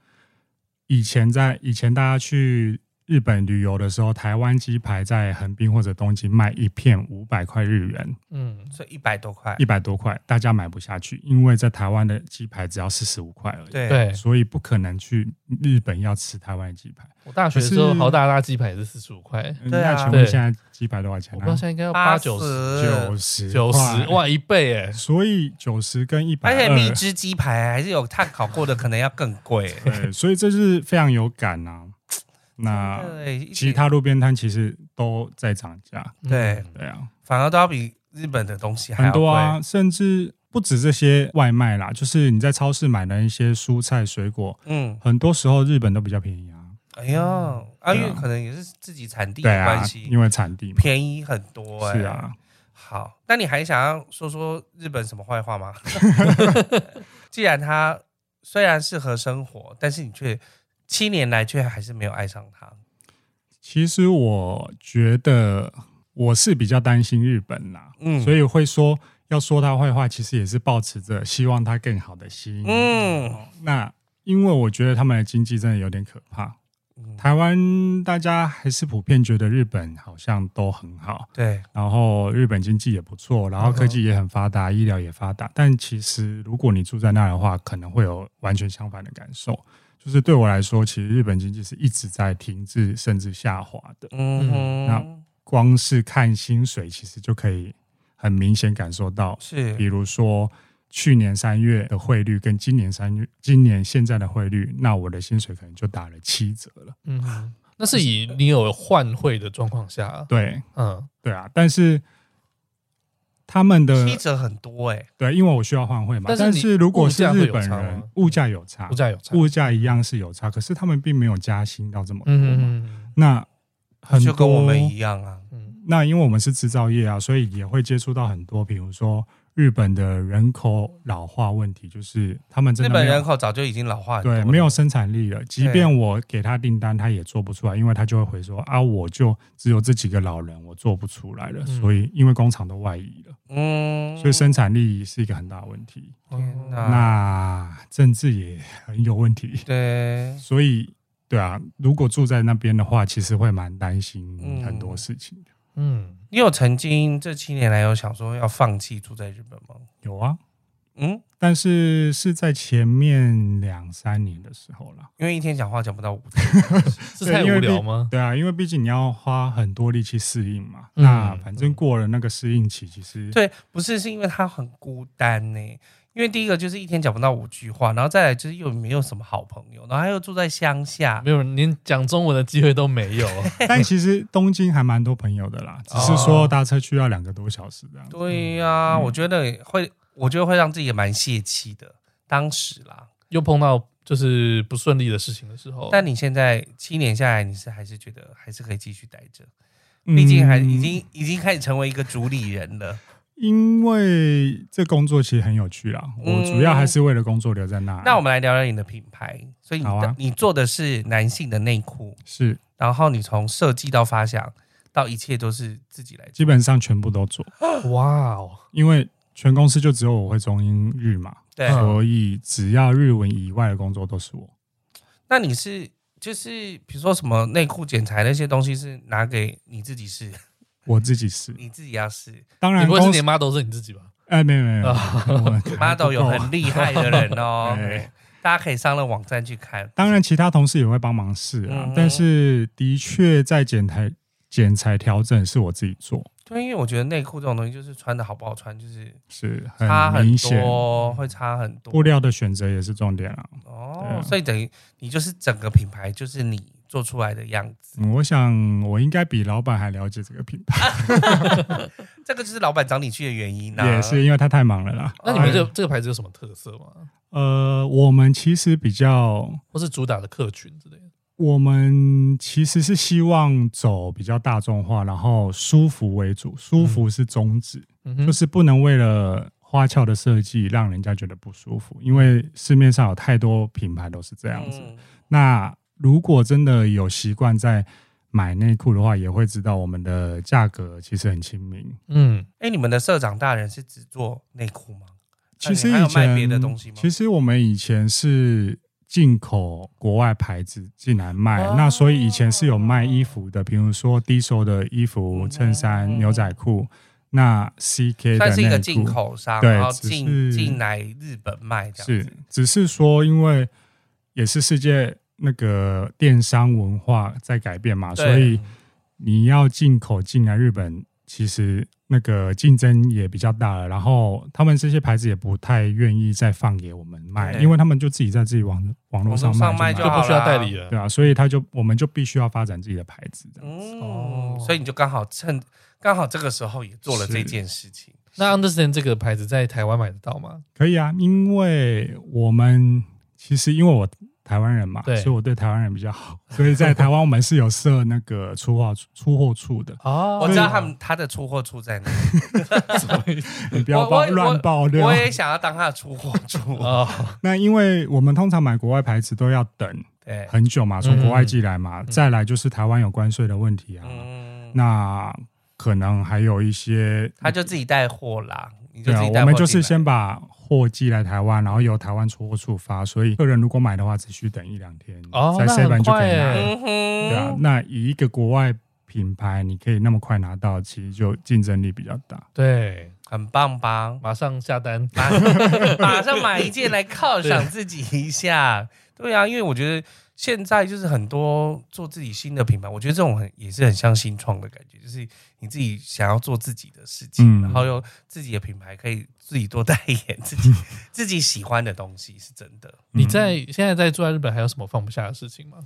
[SPEAKER 3] 以前在以前大家去日本旅游的时候，台湾鸡排在横滨或者东京卖一片五百块日元，
[SPEAKER 1] 嗯，
[SPEAKER 2] 所以一百多块
[SPEAKER 3] 一。百多块，大家买不下去，因为在台湾的鸡排只要四十五块而已，
[SPEAKER 2] 对
[SPEAKER 1] 对
[SPEAKER 3] 所以不可能去日本要吃台湾的鸡排。
[SPEAKER 1] 我大学的时候
[SPEAKER 3] 可是
[SPEAKER 1] 豪大大鸡排也是四十五块，
[SPEAKER 2] 对啊
[SPEAKER 3] 那请问
[SPEAKER 1] 对
[SPEAKER 3] 现在鸡排多少钱
[SPEAKER 1] 我不知道
[SPEAKER 3] 呢
[SPEAKER 1] 现？在应该要
[SPEAKER 2] 八
[SPEAKER 1] 八九十、
[SPEAKER 3] 九十，
[SPEAKER 1] 九十，！哇，一倍哎，
[SPEAKER 3] 所以九十跟一百
[SPEAKER 2] 而且
[SPEAKER 3] 二
[SPEAKER 2] 蜜，汁鸡排还是有碳烤过的，可能要更贵。
[SPEAKER 3] 对，所以这是非常有感呐、那
[SPEAKER 2] 对，
[SPEAKER 3] 啊其他路边摊其实都在涨价，
[SPEAKER 2] 对
[SPEAKER 1] 嗯
[SPEAKER 3] 对啊，
[SPEAKER 2] 反而都要比日本的东西还
[SPEAKER 3] 很
[SPEAKER 2] 要贵
[SPEAKER 3] 多啊，甚至不止这些外卖啦，就是你在超市买的一些蔬菜水果，
[SPEAKER 2] 嗯，
[SPEAKER 3] 很多时候日本都比较便宜啊，
[SPEAKER 2] 哎呦，啊，因
[SPEAKER 3] 对啊
[SPEAKER 2] 为可能也是自己产地
[SPEAKER 3] 对
[SPEAKER 2] 的关
[SPEAKER 3] 啊，
[SPEAKER 2] 系，
[SPEAKER 3] 因为产地嘛，
[SPEAKER 2] 便宜很多。哎
[SPEAKER 3] 是，啊，
[SPEAKER 2] 好，那你还想要说说日本什么坏 话吗？既然它虽然适合生活，但是你却七年来却还是没有爱上它。
[SPEAKER 3] 其实我觉得我是比较担心日本啦，
[SPEAKER 2] 嗯
[SPEAKER 3] 所以会说要说他坏话，其实也是抱持着希望他更好的心，
[SPEAKER 2] 嗯，
[SPEAKER 3] 那因为我觉得他们的经济真的有点可怕。
[SPEAKER 2] 嗯
[SPEAKER 3] 台湾大家还是普遍觉得日本好像都很好，
[SPEAKER 2] 对，
[SPEAKER 3] 然后日本经济也不
[SPEAKER 2] 嗯
[SPEAKER 3] 错，然后科技也很发达，医疗也发达。但其实如果你住在那儿的话，可能会有完全相反的感受。就是对我来说，其实日本经济是一直在停滞甚至下滑的。
[SPEAKER 2] 嗯哼
[SPEAKER 3] 那，光是看薪水，其实就可以很明显感受到，
[SPEAKER 2] 是
[SPEAKER 3] 比如说去年三月的汇率跟今年三月今年现在的汇率，那我的薪水可能就打了七折了。
[SPEAKER 1] 嗯，那是以你有换汇的状况下，
[SPEAKER 3] 对
[SPEAKER 1] 嗯
[SPEAKER 3] 对啊，但是他们的
[SPEAKER 2] 七折很多哎、
[SPEAKER 3] 对，因为我需要换汇嘛。
[SPEAKER 1] 但是
[SPEAKER 3] 但
[SPEAKER 1] 你
[SPEAKER 3] 是如果是
[SPEAKER 1] 物价会有
[SPEAKER 3] 日本
[SPEAKER 1] 差
[SPEAKER 3] 人
[SPEAKER 1] 吗，
[SPEAKER 3] 物价有差
[SPEAKER 1] 物，价有差，
[SPEAKER 3] 物价一样是有差，可是他们并没有加薪到这么多嘛。
[SPEAKER 1] 嗯嗯
[SPEAKER 3] 那很
[SPEAKER 2] 就跟
[SPEAKER 3] 多
[SPEAKER 2] 我们一样啊。
[SPEAKER 1] 嗯
[SPEAKER 3] 那因为我们是制造业啊，所以也会接触到很多，比如说日本的人口老化问题，就是他们
[SPEAKER 2] 日
[SPEAKER 3] 真的
[SPEAKER 2] 本
[SPEAKER 3] 没有
[SPEAKER 2] 人口早就已经老化很多
[SPEAKER 3] 对
[SPEAKER 2] 了，
[SPEAKER 3] 没有生产力了。即
[SPEAKER 2] 对
[SPEAKER 3] 便我给他订单，他也做不出来，因为他就会回说啊，
[SPEAKER 2] 嗯
[SPEAKER 3] 我就只有这几个老人，我做不出来了。
[SPEAKER 1] 嗯
[SPEAKER 3] 所以因为工厂都外移了，
[SPEAKER 2] 嗯啊
[SPEAKER 3] 所以生产力是一个很大的问题。
[SPEAKER 2] 天
[SPEAKER 1] 嗯，
[SPEAKER 2] 哪
[SPEAKER 3] 那政治也很有问题，
[SPEAKER 2] 对
[SPEAKER 3] 所以。对啊，如果住在那边的话，其实会蛮担心
[SPEAKER 2] 嗯
[SPEAKER 3] 很多事情的。
[SPEAKER 1] 嗯，
[SPEAKER 2] 你有曾经这七年来有想说要放弃住在日本吗？
[SPEAKER 3] 有啊，
[SPEAKER 2] 嗯，
[SPEAKER 3] 但是是在前面两三年的时候啦。
[SPEAKER 2] 因为一天讲话讲不到五次，
[SPEAKER 1] 是太
[SPEAKER 3] 因
[SPEAKER 1] 无
[SPEAKER 3] 为毕
[SPEAKER 1] 聊吗？
[SPEAKER 3] 对啊，因为毕竟你要花很多力气适应嘛。
[SPEAKER 1] 嗯
[SPEAKER 3] 那反正过了那个适应期，其实
[SPEAKER 2] 对，不是是因为他很孤单呢、因为第一个就是一天讲不到五句话，然后再来就是又没有什么好朋友，然后他又住在乡下，
[SPEAKER 1] 没有人，连讲中文的机会都没有。
[SPEAKER 3] 但其实东京还蛮多朋友的啦，只是说搭车去要两个多小时这样子。
[SPEAKER 2] 哦对呀、
[SPEAKER 3] 嗯
[SPEAKER 2] 我觉得会，我觉得会让自己也蛮泄气的。当时啦，
[SPEAKER 1] 又碰到就是不顺利的事情的时
[SPEAKER 3] 哦
[SPEAKER 1] 候，
[SPEAKER 2] 但你现在七年下来，你是还是觉得还是可以继续待着，毕竟还
[SPEAKER 3] 嗯
[SPEAKER 2] 已经已经开始成为一个主理人了。
[SPEAKER 3] 因为这工作其实很有趣啦，
[SPEAKER 2] 嗯
[SPEAKER 3] 我主要还是为了工作留在那。
[SPEAKER 2] 那我们来聊聊你的品牌，所以你的、
[SPEAKER 3] 好啊
[SPEAKER 2] 你做的是男性的内裤，
[SPEAKER 3] 是
[SPEAKER 2] 然后你从设计到发想到一切都是自己来做。
[SPEAKER 3] 基本上全部都做，
[SPEAKER 1] 哇哦，
[SPEAKER 3] 因为全公司就只有我会中英日嘛，
[SPEAKER 2] 对，
[SPEAKER 1] 嗯
[SPEAKER 3] 所以只要日文以外的工作都是我。
[SPEAKER 2] 那你是就是比如说什么内裤剪裁那些东西是拿给你自己 试，
[SPEAKER 3] 我自己是，
[SPEAKER 2] 你自己要试。
[SPEAKER 3] 当
[SPEAKER 1] 你
[SPEAKER 3] 然
[SPEAKER 1] 不会是
[SPEAKER 3] 公司
[SPEAKER 1] 连妈都是你自己吧？
[SPEAKER 3] 哎，没有没有没有
[SPEAKER 1] 啊
[SPEAKER 3] 我
[SPEAKER 2] model 有
[SPEAKER 3] 不够，
[SPEAKER 2] 很厉害的人哦
[SPEAKER 3] 哎
[SPEAKER 2] 大家可以上了网站去看。
[SPEAKER 3] 当然，其他同事也会帮忙试啊，
[SPEAKER 2] 嗯
[SPEAKER 3] 但是的确在剪裁剪裁调整是我自己做，
[SPEAKER 2] 对，因为我觉得内裤这种东西就是穿的好不好穿，就是
[SPEAKER 3] 是
[SPEAKER 2] 差
[SPEAKER 3] 很
[SPEAKER 2] 很
[SPEAKER 3] 明显。
[SPEAKER 2] 多，会差很多
[SPEAKER 3] 布料的选择也是重点啊。对
[SPEAKER 2] 哦
[SPEAKER 3] 啊。
[SPEAKER 2] 所以等于你就是整个品牌就是你做出来的样子，
[SPEAKER 3] 嗯我想我应该比老板还了解这个品牌，
[SPEAKER 2] 这个就是老板找你去的原因啊。
[SPEAKER 3] 也是因为他太忙了啦。
[SPEAKER 1] 那你们这
[SPEAKER 3] 哎
[SPEAKER 1] 这个牌子有什么特色吗？
[SPEAKER 3] 呃，我们其实比较，
[SPEAKER 1] 或是主打的客群之类的？
[SPEAKER 3] 我们其实是希望走比较大众化，然后舒服为主，舒服是宗旨。
[SPEAKER 1] 嗯哼
[SPEAKER 3] 就，是不能为了花俏的设计让人家觉得不舒服，因为市面上有太多品牌都是
[SPEAKER 2] 这
[SPEAKER 3] 这样子。那如果真的有习惯在买内裤的话，也会知道我们的价格其实很亲民。
[SPEAKER 1] 嗯，
[SPEAKER 2] 哎，你们的社长大人是只做内裤吗？
[SPEAKER 3] 其实
[SPEAKER 2] 你还有
[SPEAKER 3] 以前
[SPEAKER 2] 卖别的东西吗
[SPEAKER 3] 其实我们以前是进口国外牌子进来卖，
[SPEAKER 2] 哦
[SPEAKER 3] 那所以以前是有卖衣服的，比如说低收的衣服、
[SPEAKER 2] 嗯
[SPEAKER 3] 衬衫、牛仔裤，那 CK
[SPEAKER 2] 算
[SPEAKER 3] 的
[SPEAKER 2] 是一个
[SPEAKER 3] 内
[SPEAKER 2] 进
[SPEAKER 3] 裤。
[SPEAKER 2] 口商，
[SPEAKER 3] 对
[SPEAKER 2] 然后
[SPEAKER 3] 只
[SPEAKER 2] 进
[SPEAKER 3] 是
[SPEAKER 2] 进来日本卖这样
[SPEAKER 3] 是
[SPEAKER 2] 子。，
[SPEAKER 3] 只是说，因为也是世界那个电商文化在改变嘛，
[SPEAKER 2] 对
[SPEAKER 3] 所以你要进口进来日本，其实那个竞争也比较大了。然后他们这些牌子也不太愿意再放给我们卖，
[SPEAKER 2] 对
[SPEAKER 3] 因为他们就自己在自己网网络上
[SPEAKER 2] 网络上卖
[SPEAKER 3] 卖
[SPEAKER 2] 就
[SPEAKER 3] 就
[SPEAKER 1] 就
[SPEAKER 3] 好
[SPEAKER 1] 不
[SPEAKER 2] 好
[SPEAKER 1] 需要代
[SPEAKER 2] 啦
[SPEAKER 1] 理了。
[SPEAKER 3] 对啊，所以他就我们就必须要发展自己的牌子这样。
[SPEAKER 2] 嗯
[SPEAKER 1] 哦，
[SPEAKER 2] 所以你就刚好趁刚好这个时候也做了这
[SPEAKER 3] 是
[SPEAKER 2] 件事情。
[SPEAKER 1] 那 Understand 这个牌子在台湾买得到吗？
[SPEAKER 3] 可以啊，因为我们其实因为我台湾人嘛，
[SPEAKER 1] 对
[SPEAKER 3] 所以我对台湾人比较好，所以在台湾我们是有设那个出货处 出货处的，
[SPEAKER 1] 哦
[SPEAKER 2] 我知道他们他的出货处在哪，
[SPEAKER 3] 你不要
[SPEAKER 2] 我
[SPEAKER 3] 爆
[SPEAKER 2] 我
[SPEAKER 3] 乱爆料
[SPEAKER 2] 我。也想要当他的出货处。
[SPEAKER 1] 哦，
[SPEAKER 3] 那因为我们通常买国外牌子都要等
[SPEAKER 2] 对，
[SPEAKER 3] 很久嘛，从国外寄来嘛，
[SPEAKER 1] 嗯
[SPEAKER 3] 再来就是台湾有关税的问题啊，
[SPEAKER 2] 嗯，
[SPEAKER 3] 那可能还有一些
[SPEAKER 2] 他就自己带货啦，你就
[SPEAKER 3] 对
[SPEAKER 2] 自己带货
[SPEAKER 3] 啊，
[SPEAKER 2] 进来。
[SPEAKER 3] 我们就是先把货寄来台湾，然后由台湾出货处发，所以客人如果买的话，只需等一两天，
[SPEAKER 1] 哦
[SPEAKER 3] 在
[SPEAKER 1] 那
[SPEAKER 3] seven
[SPEAKER 1] 很
[SPEAKER 3] 就可
[SPEAKER 1] 快
[SPEAKER 3] 以拿
[SPEAKER 1] 耶。
[SPEAKER 2] 嗯
[SPEAKER 3] 对啊，
[SPEAKER 2] 哼，
[SPEAKER 3] 那以一个国外品牌，你可以那么快拿到，其实就竞争力比较大。
[SPEAKER 1] 对，
[SPEAKER 2] 很 棒吧？
[SPEAKER 1] 马上下单。
[SPEAKER 2] 马马上买一件来犒赏自己一下。对啊，因为我觉得现在就是很多做自己新的品牌，我觉得这种很也是很像新创的感觉，就是你自己想要做自己的事情，
[SPEAKER 3] 嗯
[SPEAKER 2] 然后又自己的品牌可以自己多代言自己自己喜欢的东西，是真的。
[SPEAKER 1] 你
[SPEAKER 3] 嗯
[SPEAKER 1] 在现在在住在日本，还有什么放不下的事情吗？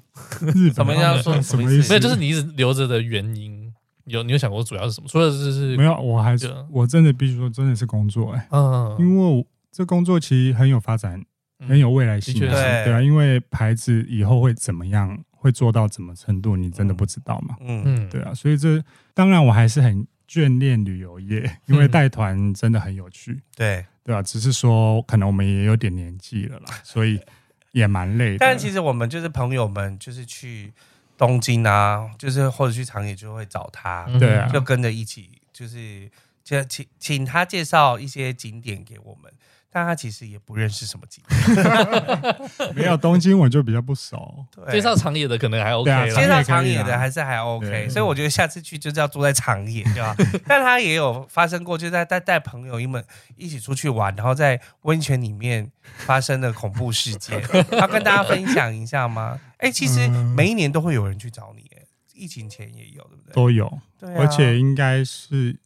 [SPEAKER 3] 日
[SPEAKER 2] 怎
[SPEAKER 3] 本
[SPEAKER 2] 么样说
[SPEAKER 3] 什
[SPEAKER 2] 么
[SPEAKER 3] 么意
[SPEAKER 2] 思
[SPEAKER 3] 思？
[SPEAKER 1] 没有，就是你一直留着的原因，有你有想过主要是什么？除了就是
[SPEAKER 3] 没有，我还是
[SPEAKER 1] 对啊
[SPEAKER 3] 我真的必须说，真的是工作哎、
[SPEAKER 1] 嗯，
[SPEAKER 3] 因为我这工作其实很有发展，
[SPEAKER 1] 嗯
[SPEAKER 3] 很有未来性
[SPEAKER 1] 的确
[SPEAKER 3] 啊，
[SPEAKER 2] 是
[SPEAKER 3] 对啊，因为牌子以后会怎么样，会做到怎么程度，你真的不知道嘛，
[SPEAKER 2] 嗯，
[SPEAKER 1] 嗯
[SPEAKER 3] 对啊，所以这当然我还是很眷恋旅 游业，因为带团真的很有趣，
[SPEAKER 2] 对。
[SPEAKER 3] 对啊，只是说可能我们也有点年纪了啦，所以也蛮累的。
[SPEAKER 2] 但其实我们就是朋友们，就是去东京啊，就是或者去长野，就会找他，
[SPEAKER 1] 嗯
[SPEAKER 3] 对啊
[SPEAKER 2] 就跟着一起，就是就请请他介绍一些景点给我们。但他其实也不认识什么景点，
[SPEAKER 3] 没有东京我就比较不熟，
[SPEAKER 2] 对
[SPEAKER 1] 介绍长野的可能还 OK
[SPEAKER 3] 对啊
[SPEAKER 2] 介
[SPEAKER 1] 啦，
[SPEAKER 2] 绍长野
[SPEAKER 3] 长野可以
[SPEAKER 2] 的
[SPEAKER 3] 啊
[SPEAKER 2] 还是还 OK，
[SPEAKER 3] 对
[SPEAKER 2] 所以我觉得下次去就是要住在长野，对吧？ 但他也有发生过，就在带带朋友们一起出去玩，然后在温泉里面发生的恐怖事件，要跟大家分享一下吗？哎、其实
[SPEAKER 3] 嗯
[SPEAKER 2] 每一年都会有人去找你，哎疫情前也有，对不对？
[SPEAKER 3] 都有，
[SPEAKER 2] 对、啊，
[SPEAKER 3] 而且应该是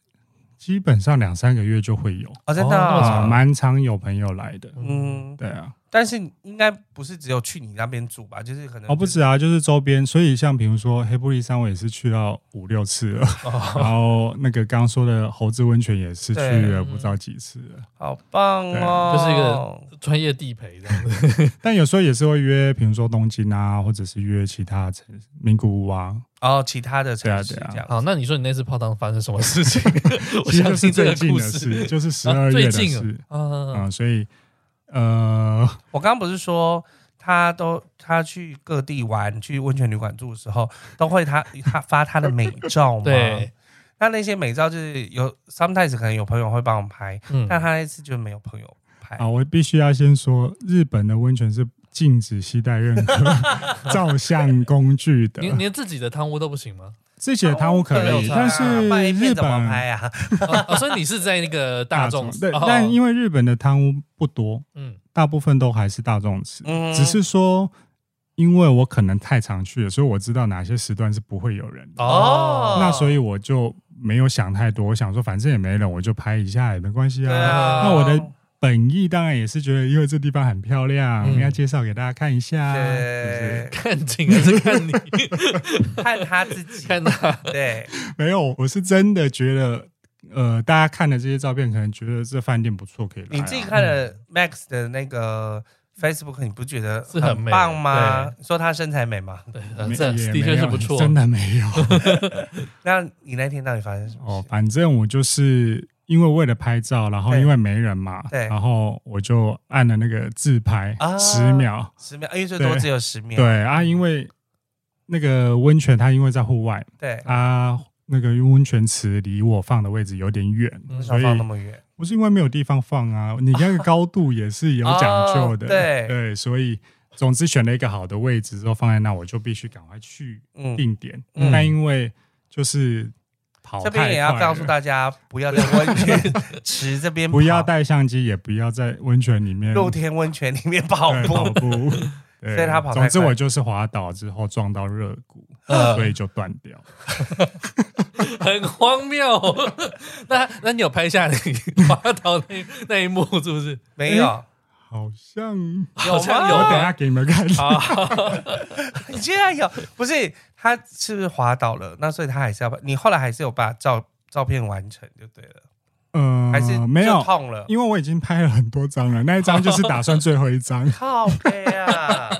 [SPEAKER 3] 基本上两三个月就会有，
[SPEAKER 2] 哦，真的、
[SPEAKER 1] 哦那么
[SPEAKER 3] 啊，
[SPEAKER 1] 长
[SPEAKER 2] 哦，
[SPEAKER 3] 蛮常有朋友来的，
[SPEAKER 2] 嗯，
[SPEAKER 3] 对啊。
[SPEAKER 2] 但是应该不是只有去你那边住吧？就是可能
[SPEAKER 3] 哦，不
[SPEAKER 2] 就是
[SPEAKER 3] 止啊，就是周边，所以像比如说黑布利山，我也是去到五六次了，
[SPEAKER 1] 哦
[SPEAKER 3] 然后那个刚刚说的猴子温泉也是去
[SPEAKER 2] 对
[SPEAKER 3] 了
[SPEAKER 1] 嗯
[SPEAKER 3] 不知道几次了，
[SPEAKER 2] 好棒哦，
[SPEAKER 1] 就是一个专业地陪这 样子。
[SPEAKER 3] 但有时候也是会约，比如说东京啊，或者是约其他城市，名古屋啊，
[SPEAKER 2] 哦，其他的城市
[SPEAKER 3] 对啊对啊
[SPEAKER 2] 这样。
[SPEAKER 1] 好，那你说你那次泡汤发生什么事 情？我
[SPEAKER 3] 其实
[SPEAKER 1] 相
[SPEAKER 3] 就是
[SPEAKER 1] 信这
[SPEAKER 3] 最
[SPEAKER 1] 个
[SPEAKER 3] 近
[SPEAKER 1] 故
[SPEAKER 3] 的
[SPEAKER 1] 事
[SPEAKER 3] 事，就是十
[SPEAKER 1] 啊
[SPEAKER 3] 二月
[SPEAKER 1] 最
[SPEAKER 3] 的
[SPEAKER 1] 近
[SPEAKER 3] 事，
[SPEAKER 1] 啊，
[SPEAKER 3] 嗯，所以呃，
[SPEAKER 2] 我刚刚不是说他都他去各地玩，去温泉旅馆住的时候，都会他他发他的美照 吗？
[SPEAKER 1] 对。，
[SPEAKER 2] 那那些美照就是有，sometimes 可能有朋友会帮我们拍，
[SPEAKER 1] 嗯
[SPEAKER 2] 但他那次就没有朋友拍。
[SPEAKER 3] 啊，我必须要先说，日本的温泉是禁止携带任何照相工具的
[SPEAKER 1] 你， 连自己的汤屋都不行吗？
[SPEAKER 3] 这些贪污可
[SPEAKER 2] 没有
[SPEAKER 3] 以，
[SPEAKER 2] 照
[SPEAKER 3] 但是
[SPEAKER 2] 不然 A 啊片
[SPEAKER 3] 日
[SPEAKER 2] 怎么
[SPEAKER 3] 本
[SPEAKER 2] 拍啊？
[SPEAKER 1] 哦哦所以你是在那个大众哦
[SPEAKER 3] 对，但因为日本的贪污不多，
[SPEAKER 1] 嗯
[SPEAKER 3] 大部分都还是大众池，
[SPEAKER 2] 嗯
[SPEAKER 3] 只是说，因为我可能太常去了，所以我知道哪些时段是不会有人的。
[SPEAKER 1] 哦，
[SPEAKER 3] 那所以我就没有想太多，我想说反正也没人，我就拍一下也没关系
[SPEAKER 2] 对
[SPEAKER 3] 啊。
[SPEAKER 2] 啊，
[SPEAKER 3] 那我的本意当然也是觉得，因为这地方很漂亮，
[SPEAKER 1] 嗯
[SPEAKER 3] 应该介绍给大家看一下， 是
[SPEAKER 2] 对
[SPEAKER 1] 看景还是 看你
[SPEAKER 2] 看他自 己，
[SPEAKER 1] 看他
[SPEAKER 2] 对，
[SPEAKER 3] 不是？没有，我是真的觉得，呃，大家看了这些照片，可能觉得这饭店不错，可以来啊、
[SPEAKER 2] 你自己看了 Max 的那个 Facebook，你不觉得
[SPEAKER 1] 是很美
[SPEAKER 2] 棒吗？说他身材美吗？
[SPEAKER 1] 对，
[SPEAKER 3] 嗯没
[SPEAKER 1] 呃这
[SPEAKER 3] 也
[SPEAKER 1] 的确
[SPEAKER 3] 没
[SPEAKER 1] 是
[SPEAKER 3] 有
[SPEAKER 1] 不错，
[SPEAKER 3] 真的没 有。
[SPEAKER 2] 那你那天到底发生什么
[SPEAKER 3] 哦
[SPEAKER 2] 事，？
[SPEAKER 3] 反正我就是因为为了拍照，然后
[SPEAKER 2] 对
[SPEAKER 3] 因为没人嘛，
[SPEAKER 2] 对
[SPEAKER 3] 然后我就按了那个自拍
[SPEAKER 2] 啊
[SPEAKER 3] 十秒，
[SPEAKER 2] 十秒，因为最多
[SPEAKER 3] 对
[SPEAKER 2] 只有十秒。
[SPEAKER 3] 对啊，因为那个温泉它因为在户外
[SPEAKER 2] 对，
[SPEAKER 3] 啊，那个温泉池离我放的位置有点远，
[SPEAKER 2] 为什
[SPEAKER 3] 所
[SPEAKER 2] 么嗯
[SPEAKER 3] 以
[SPEAKER 2] 放那么远？
[SPEAKER 3] 不是因为没有地方放啊，你那个高度也是有讲究 的，
[SPEAKER 2] 哦对
[SPEAKER 3] 对，所以。总之选了一个好的位置之后放在那，我就必须赶快去
[SPEAKER 2] 嗯，
[SPEAKER 3] 定点。
[SPEAKER 2] 嗯
[SPEAKER 3] 但因为就是跑
[SPEAKER 2] 这
[SPEAKER 3] 太快了，
[SPEAKER 2] 边也要告诉大家，不要在温
[SPEAKER 3] 哦
[SPEAKER 2] 泉 池这边跑，
[SPEAKER 3] 不要带相机，也不要在温泉里面
[SPEAKER 2] 露天温泉里面跑
[SPEAKER 3] 对跑
[SPEAKER 2] 步。
[SPEAKER 3] 步。
[SPEAKER 2] 所以
[SPEAKER 3] 对，
[SPEAKER 2] 他跑太快嗯
[SPEAKER 3] 总之我就是滑倒之后撞到热骨，
[SPEAKER 1] 呃
[SPEAKER 3] 所以就断掉。
[SPEAKER 1] 很荒谬。 那那你有拍下你 滑倒那那一幕是不是？
[SPEAKER 2] 没有，
[SPEAKER 3] 好 像
[SPEAKER 1] 好像
[SPEAKER 3] 我等
[SPEAKER 1] 有
[SPEAKER 3] 一下给你们看。
[SPEAKER 2] 啊你竟然有？不是他是不是滑倒了？那所以他还是要把你后来还是有把照照片完成就对了，
[SPEAKER 3] 呃，
[SPEAKER 2] 还是
[SPEAKER 3] 没
[SPEAKER 2] 就
[SPEAKER 3] 有，
[SPEAKER 2] 痛了？。
[SPEAKER 3] 因为我已经拍了很多张了，那一张就是打算最后一张
[SPEAKER 2] 靠背啊！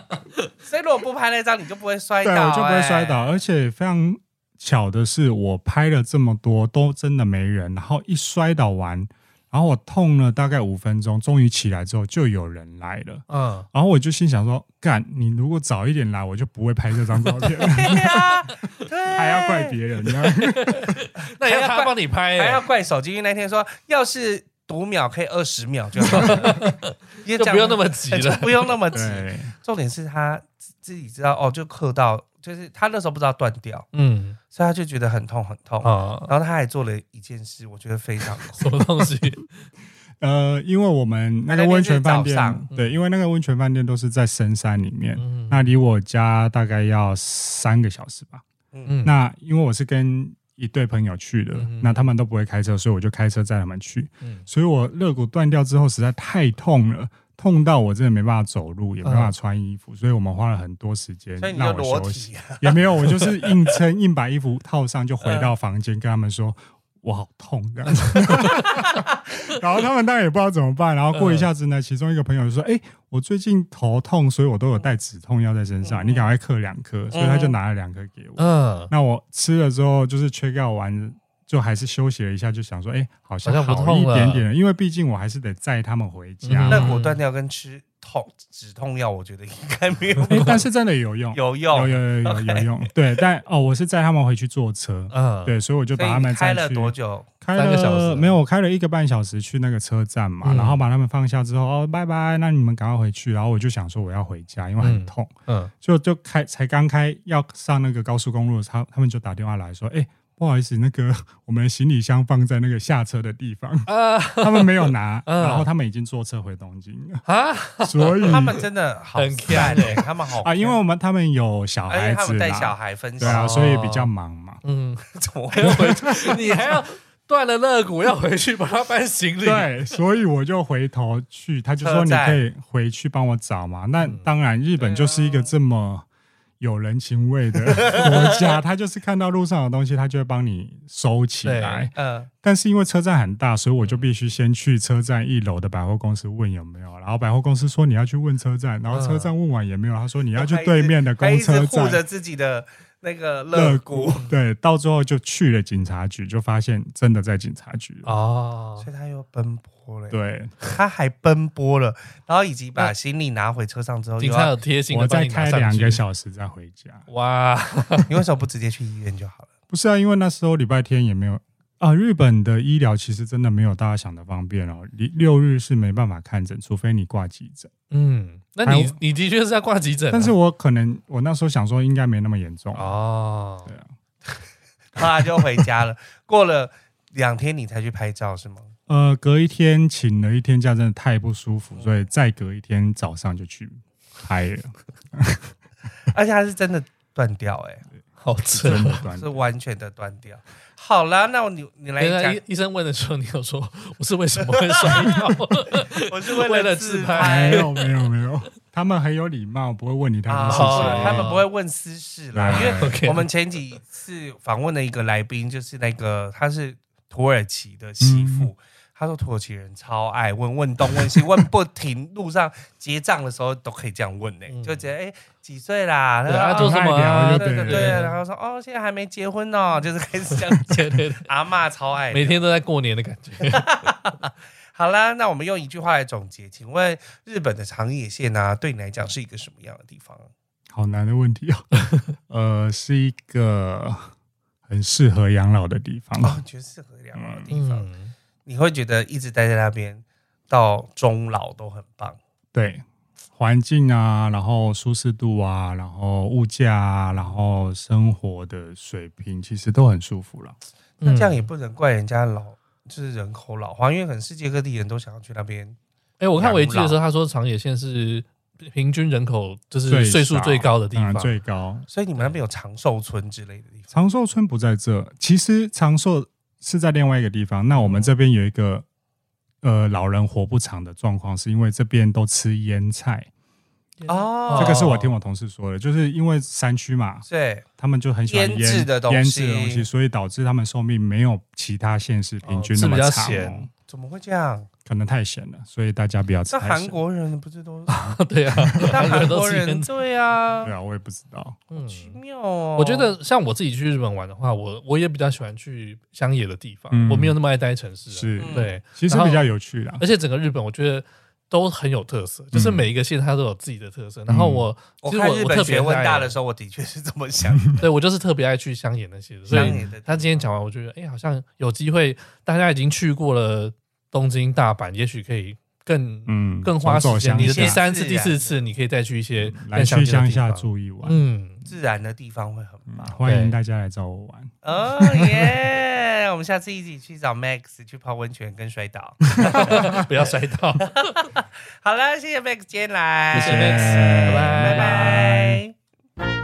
[SPEAKER 2] 所以如果不拍那张，你就不会摔倒、
[SPEAKER 3] 对，我就不会摔倒，
[SPEAKER 2] 哎。
[SPEAKER 3] 而且非常巧的是，我拍了这么多都真的没人，然后一摔倒完，然后我痛了大概五分钟，终于起来之后就有人来了。
[SPEAKER 1] 嗯，
[SPEAKER 3] 然后我就心想说，干，你如果早一点来，我就不会拍这张照 片，
[SPEAKER 2] 对啊呀、对，
[SPEAKER 3] 还要怪别人。
[SPEAKER 1] 那也要他帮你拍
[SPEAKER 2] 还要
[SPEAKER 1] 欸，
[SPEAKER 2] 怪手机，因为那天说要是读秒可以二十秒就好 了，也
[SPEAKER 1] 就
[SPEAKER 2] 讲
[SPEAKER 1] 不用那么急
[SPEAKER 2] 哎就
[SPEAKER 1] 了。
[SPEAKER 2] 不用那么急。
[SPEAKER 3] 对，
[SPEAKER 2] 重点是他自自己知道哦，就刻到，就是他那时候不知道断掉，
[SPEAKER 1] 嗯
[SPEAKER 2] 所以他就觉得很痛很痛。
[SPEAKER 1] 啊，
[SPEAKER 2] 然后他还做了一件事，我觉得非常酷
[SPEAKER 1] 什么东西？
[SPEAKER 3] 呃，因为我们那个温泉饭
[SPEAKER 2] 那天是早
[SPEAKER 3] 店，对，因为那个温泉饭店都是在深山里面，
[SPEAKER 1] 嗯嗯
[SPEAKER 3] 那离我家大概要三个小时吧。
[SPEAKER 1] 嗯
[SPEAKER 3] 那因为我是跟一对朋友去的
[SPEAKER 1] 嗯哼，
[SPEAKER 3] 那他们都不会开车，所以我就开车载他们去。
[SPEAKER 1] 嗯
[SPEAKER 3] 所以我肋骨断掉之后实在太痛了，痛到我真的没办法走路，也没办法穿衣服，所以我们花了很多时间
[SPEAKER 2] 嗯所以你就
[SPEAKER 3] 让我
[SPEAKER 2] 裸
[SPEAKER 3] 休息。
[SPEAKER 2] 体啊，
[SPEAKER 3] 也没有，我就是硬撑，硬把衣服套上，就回到房间跟他们说。我好痛，这 样子，然后他们当然也不知道怎么办。然后过一下子呢，其中一个朋友就说：“哎，我最近头痛，所以我都有带止痛药在身上，
[SPEAKER 2] 嗯
[SPEAKER 3] 你赶快嗑两颗。”所以他就拿了两颗给我。
[SPEAKER 1] 嗯，
[SPEAKER 3] 那我吃了之后，就是缺钙完，就还是休息了一下，就想说，哎、好像
[SPEAKER 1] 好像不
[SPEAKER 3] 好
[SPEAKER 1] 痛
[SPEAKER 3] 一
[SPEAKER 1] 了
[SPEAKER 3] 点点了，因为毕竟我还是得载他们回家。
[SPEAKER 1] 嗯
[SPEAKER 2] 那果断掉跟吃痛止痛药，我觉得应该没有
[SPEAKER 3] 哎、但是真的 有用，
[SPEAKER 2] 有
[SPEAKER 3] 有有
[SPEAKER 2] 用。
[SPEAKER 3] 有有有用。对，但哦，我是载他们回去坐车，
[SPEAKER 1] 嗯，
[SPEAKER 3] 对，所以我就
[SPEAKER 2] 所
[SPEAKER 3] 把他
[SPEAKER 2] 以
[SPEAKER 3] 们
[SPEAKER 2] 你开
[SPEAKER 3] 载
[SPEAKER 2] 了
[SPEAKER 3] 去。
[SPEAKER 2] 多久？
[SPEAKER 3] 开
[SPEAKER 1] 三个小时
[SPEAKER 3] 了没有？我开了一个半小时去那个车站嘛，
[SPEAKER 1] 嗯
[SPEAKER 3] 然后把他们放下之后，哦，拜拜，那你们赶快回去。然后我就想说我要回家，因为很
[SPEAKER 1] 嗯
[SPEAKER 3] 痛，
[SPEAKER 1] 嗯
[SPEAKER 3] 就就开才刚开要上那个高速公路，他他们就打电话来说，哎、不好意思，那个我们的行李箱放在那个下车的地方，
[SPEAKER 1] 啊
[SPEAKER 3] 他们没 有拿，
[SPEAKER 1] 嗯
[SPEAKER 3] 然后他们已经坐车回东京了，
[SPEAKER 1] 啊，
[SPEAKER 3] 所以
[SPEAKER 2] 他们真的好
[SPEAKER 1] 很
[SPEAKER 2] 赞欸他们好
[SPEAKER 3] 啊，因为我们他们有小
[SPEAKER 2] 而且
[SPEAKER 3] 孩
[SPEAKER 2] 哎他
[SPEAKER 3] 子
[SPEAKER 2] 们带
[SPEAKER 3] 啦
[SPEAKER 2] 小孩哦分
[SPEAKER 3] 对
[SPEAKER 2] 享，
[SPEAKER 3] 啊，所以比较忙嘛。
[SPEAKER 1] 嗯，
[SPEAKER 2] 怎么
[SPEAKER 1] 还
[SPEAKER 2] 会
[SPEAKER 1] 要回去，你还要断了肋骨，要回去帮他搬行李，
[SPEAKER 3] 对，所以我就回头去，他就说
[SPEAKER 2] 车
[SPEAKER 3] 你
[SPEAKER 2] 站
[SPEAKER 3] 可以回去帮我找嘛。那
[SPEAKER 1] 嗯
[SPEAKER 3] 当然，日本就是一
[SPEAKER 2] 啊
[SPEAKER 3] 个这么有人情味的 国家，他就是看到路上有东西，他就会帮你收起
[SPEAKER 1] 对
[SPEAKER 3] 来。
[SPEAKER 2] 嗯，
[SPEAKER 3] 但是因为车站很大，所以我就必须先去车站一楼的百货公司问有没有，然后百货公司说你要去问车站，然后车站问完也没有，他说你要去对面的公
[SPEAKER 2] 嗯哦他
[SPEAKER 3] 车
[SPEAKER 2] 一直护着
[SPEAKER 3] 站。
[SPEAKER 2] 自己的那个
[SPEAKER 3] 乐
[SPEAKER 2] 肋骨，，
[SPEAKER 3] 对，到最后就去了警察局，就发现真的在警察局
[SPEAKER 2] 啊
[SPEAKER 3] 了。
[SPEAKER 1] 哦
[SPEAKER 2] 所，以他又奔波了，，
[SPEAKER 3] 对，
[SPEAKER 2] 他还奔波了，然后以及把行李拿回车上之后，
[SPEAKER 1] 警
[SPEAKER 2] 又
[SPEAKER 1] 察
[SPEAKER 2] 要
[SPEAKER 1] 有贴心
[SPEAKER 3] 我
[SPEAKER 1] 的帮
[SPEAKER 3] 再
[SPEAKER 1] 你拿
[SPEAKER 3] 开
[SPEAKER 1] 上
[SPEAKER 3] 两
[SPEAKER 1] 去
[SPEAKER 3] 个小时再回家。
[SPEAKER 1] 哇，
[SPEAKER 2] 你为什么不直接去医院就好了？
[SPEAKER 3] 不是啊，因为那时候礼拜天也没有啊。日本的医疗其实真的没有大家想的方便哦，礼六日是没办法看诊，除非你挂急诊。
[SPEAKER 1] 嗯，那
[SPEAKER 3] 还
[SPEAKER 1] 你
[SPEAKER 3] 有
[SPEAKER 1] 你的确是要挂急诊啊，
[SPEAKER 3] 但是我可能我那时候想说应该没那么严重啊，
[SPEAKER 1] 哦，
[SPEAKER 3] 对
[SPEAKER 2] 后来就回家了，过了两天你才去拍照是吗？
[SPEAKER 3] 呃，隔一天请了一天假，真的太不舒
[SPEAKER 1] 嗯
[SPEAKER 3] 服，所以再隔一天早上就去拍 了，
[SPEAKER 2] 而且他是真的断掉，哎，
[SPEAKER 1] 好
[SPEAKER 3] 是
[SPEAKER 1] 扯。
[SPEAKER 3] 真的 断
[SPEAKER 2] 是。完全的断掉。好啦，那我你你来
[SPEAKER 1] 对啊，
[SPEAKER 2] 讲
[SPEAKER 1] 医，医生问的时候，你有说我是为什么会摔跤？
[SPEAKER 2] 我是
[SPEAKER 1] 为
[SPEAKER 2] 为
[SPEAKER 1] 了
[SPEAKER 2] 了
[SPEAKER 1] 自
[SPEAKER 2] 自
[SPEAKER 1] 拍
[SPEAKER 2] 拍
[SPEAKER 3] 没。有没有没有，他们很有礼貌，不会问你他
[SPEAKER 2] 啊
[SPEAKER 3] 们是
[SPEAKER 1] 哦
[SPEAKER 3] 谁。哎
[SPEAKER 2] 他们不会问私事啦，因
[SPEAKER 3] 对
[SPEAKER 2] 为
[SPEAKER 1] OK
[SPEAKER 2] 我们前几次访问了一个来宾，就是那个他是土耳其的媳
[SPEAKER 3] 嗯
[SPEAKER 2] 妇，他说土耳其人超爱问问东问西，问不停，路上结账的时候都可以这样问呢、
[SPEAKER 1] 嗯
[SPEAKER 2] 就觉得哎、几岁啦，
[SPEAKER 1] 对啊，
[SPEAKER 2] 哦
[SPEAKER 1] 做什么啊？
[SPEAKER 3] 很爱聊
[SPEAKER 2] 对
[SPEAKER 3] 对
[SPEAKER 2] 对
[SPEAKER 3] 对
[SPEAKER 2] 对，然后说哦现在还没结婚哦，就是开始这 样
[SPEAKER 1] 对 对对，
[SPEAKER 2] 阿嬷超爱的，
[SPEAKER 1] 每天都在过年的感觉。
[SPEAKER 2] 好啦，那我们用一句话来总结，请问日本的长野县啊，对你来讲是一个什么样的地方？
[SPEAKER 3] 好难的问题 哦。呃，是一个很适合养老的地方。
[SPEAKER 2] 哦，你觉得适合养老的地方？
[SPEAKER 1] 嗯，
[SPEAKER 2] 你会觉得一直待在那边到终老都很棒。
[SPEAKER 3] 对，环境啊，然后舒适度啊，然后物价啊，然后生活的水平，其实都很舒服了。
[SPEAKER 2] 那这样
[SPEAKER 1] 嗯
[SPEAKER 2] 也不能怪人家老，就是人口老化，因为可能世界各地人都想要去那边。
[SPEAKER 1] 哎，我看维基的时候，他说长野县是平均人口就是岁数
[SPEAKER 3] 少
[SPEAKER 1] 最高的地
[SPEAKER 3] 当然
[SPEAKER 1] 方。
[SPEAKER 3] 最高。
[SPEAKER 2] 所以你们那边有长寿村之类的地方。
[SPEAKER 3] 长寿村不在这，其实长寿是在另外一个地方。那我们这边有一个呃老人活不长的状况，是因为这边都吃腌菜。
[SPEAKER 2] 哦
[SPEAKER 3] 这个是我听我同事说的，就是因为山区嘛，
[SPEAKER 2] 对，
[SPEAKER 3] 他们就很喜欢
[SPEAKER 2] 腌制的东西
[SPEAKER 3] 腌制的东西，所以导致他们寿命没有其他县市平均那么
[SPEAKER 1] 哦是比较
[SPEAKER 3] 长、
[SPEAKER 1] 咸
[SPEAKER 2] 怎么会这样？
[SPEAKER 3] 可能太咸了，所以大家不要吃
[SPEAKER 2] 那
[SPEAKER 3] 太
[SPEAKER 2] 韩
[SPEAKER 3] 咸。
[SPEAKER 2] 国人不 是都？
[SPEAKER 1] 对啊，
[SPEAKER 2] 那韩国
[SPEAKER 1] 吃腌
[SPEAKER 2] 人
[SPEAKER 1] 制
[SPEAKER 2] 对啊
[SPEAKER 3] 对，啊，我也不知道。
[SPEAKER 1] 嗯
[SPEAKER 2] 奇妙哦。
[SPEAKER 1] 我觉得像我自己去日本玩的话，我我也比较喜欢去乡野的地方，
[SPEAKER 3] 嗯
[SPEAKER 1] 我没有那么爱待城市啊。
[SPEAKER 3] 是，
[SPEAKER 2] 嗯
[SPEAKER 1] 对，
[SPEAKER 3] 其实比较有趣啦。
[SPEAKER 1] 而且整个日本我觉得都很有特色，
[SPEAKER 3] 嗯
[SPEAKER 1] 就是每一个县它都有自己的特色。然后我
[SPEAKER 2] 我
[SPEAKER 1] 其实
[SPEAKER 2] 看
[SPEAKER 1] 我
[SPEAKER 2] 日
[SPEAKER 1] 我特
[SPEAKER 2] 本
[SPEAKER 1] 别
[SPEAKER 2] 学问大的
[SPEAKER 1] 时
[SPEAKER 2] 时候，我的确是这么想。
[SPEAKER 1] 候，对我就是特别爱去乡野那些 的，所
[SPEAKER 2] 乡
[SPEAKER 1] 以
[SPEAKER 2] 野的地方
[SPEAKER 1] 他今天讲完，我觉得哎、好像有机会，大家已经去过了东京、大阪，也许可以更、
[SPEAKER 3] 嗯，
[SPEAKER 1] 更花时
[SPEAKER 3] 走
[SPEAKER 1] 间。
[SPEAKER 3] 乡
[SPEAKER 1] 你的
[SPEAKER 3] 下嗯
[SPEAKER 1] 第三次、
[SPEAKER 2] 自然
[SPEAKER 1] 第四次，你可以再去一些
[SPEAKER 3] 来
[SPEAKER 1] 更
[SPEAKER 3] 去
[SPEAKER 1] 乡
[SPEAKER 3] 乡
[SPEAKER 1] 间的
[SPEAKER 3] 下
[SPEAKER 1] 地方，
[SPEAKER 3] 住一晚、
[SPEAKER 1] 嗯，
[SPEAKER 2] 自然的地方会很
[SPEAKER 3] 嗯
[SPEAKER 2] 棒。
[SPEAKER 3] 欢
[SPEAKER 1] 对
[SPEAKER 3] 迎大家来找我玩。
[SPEAKER 1] 嗯
[SPEAKER 2] 哦耶！我们下次一起去找 Max 去泡温泉跟摔倒。
[SPEAKER 1] 不要摔到。
[SPEAKER 2] 好了，谢谢 Max 今天来，
[SPEAKER 1] 谢谢 Max，拜
[SPEAKER 3] 拜
[SPEAKER 2] 拜拜。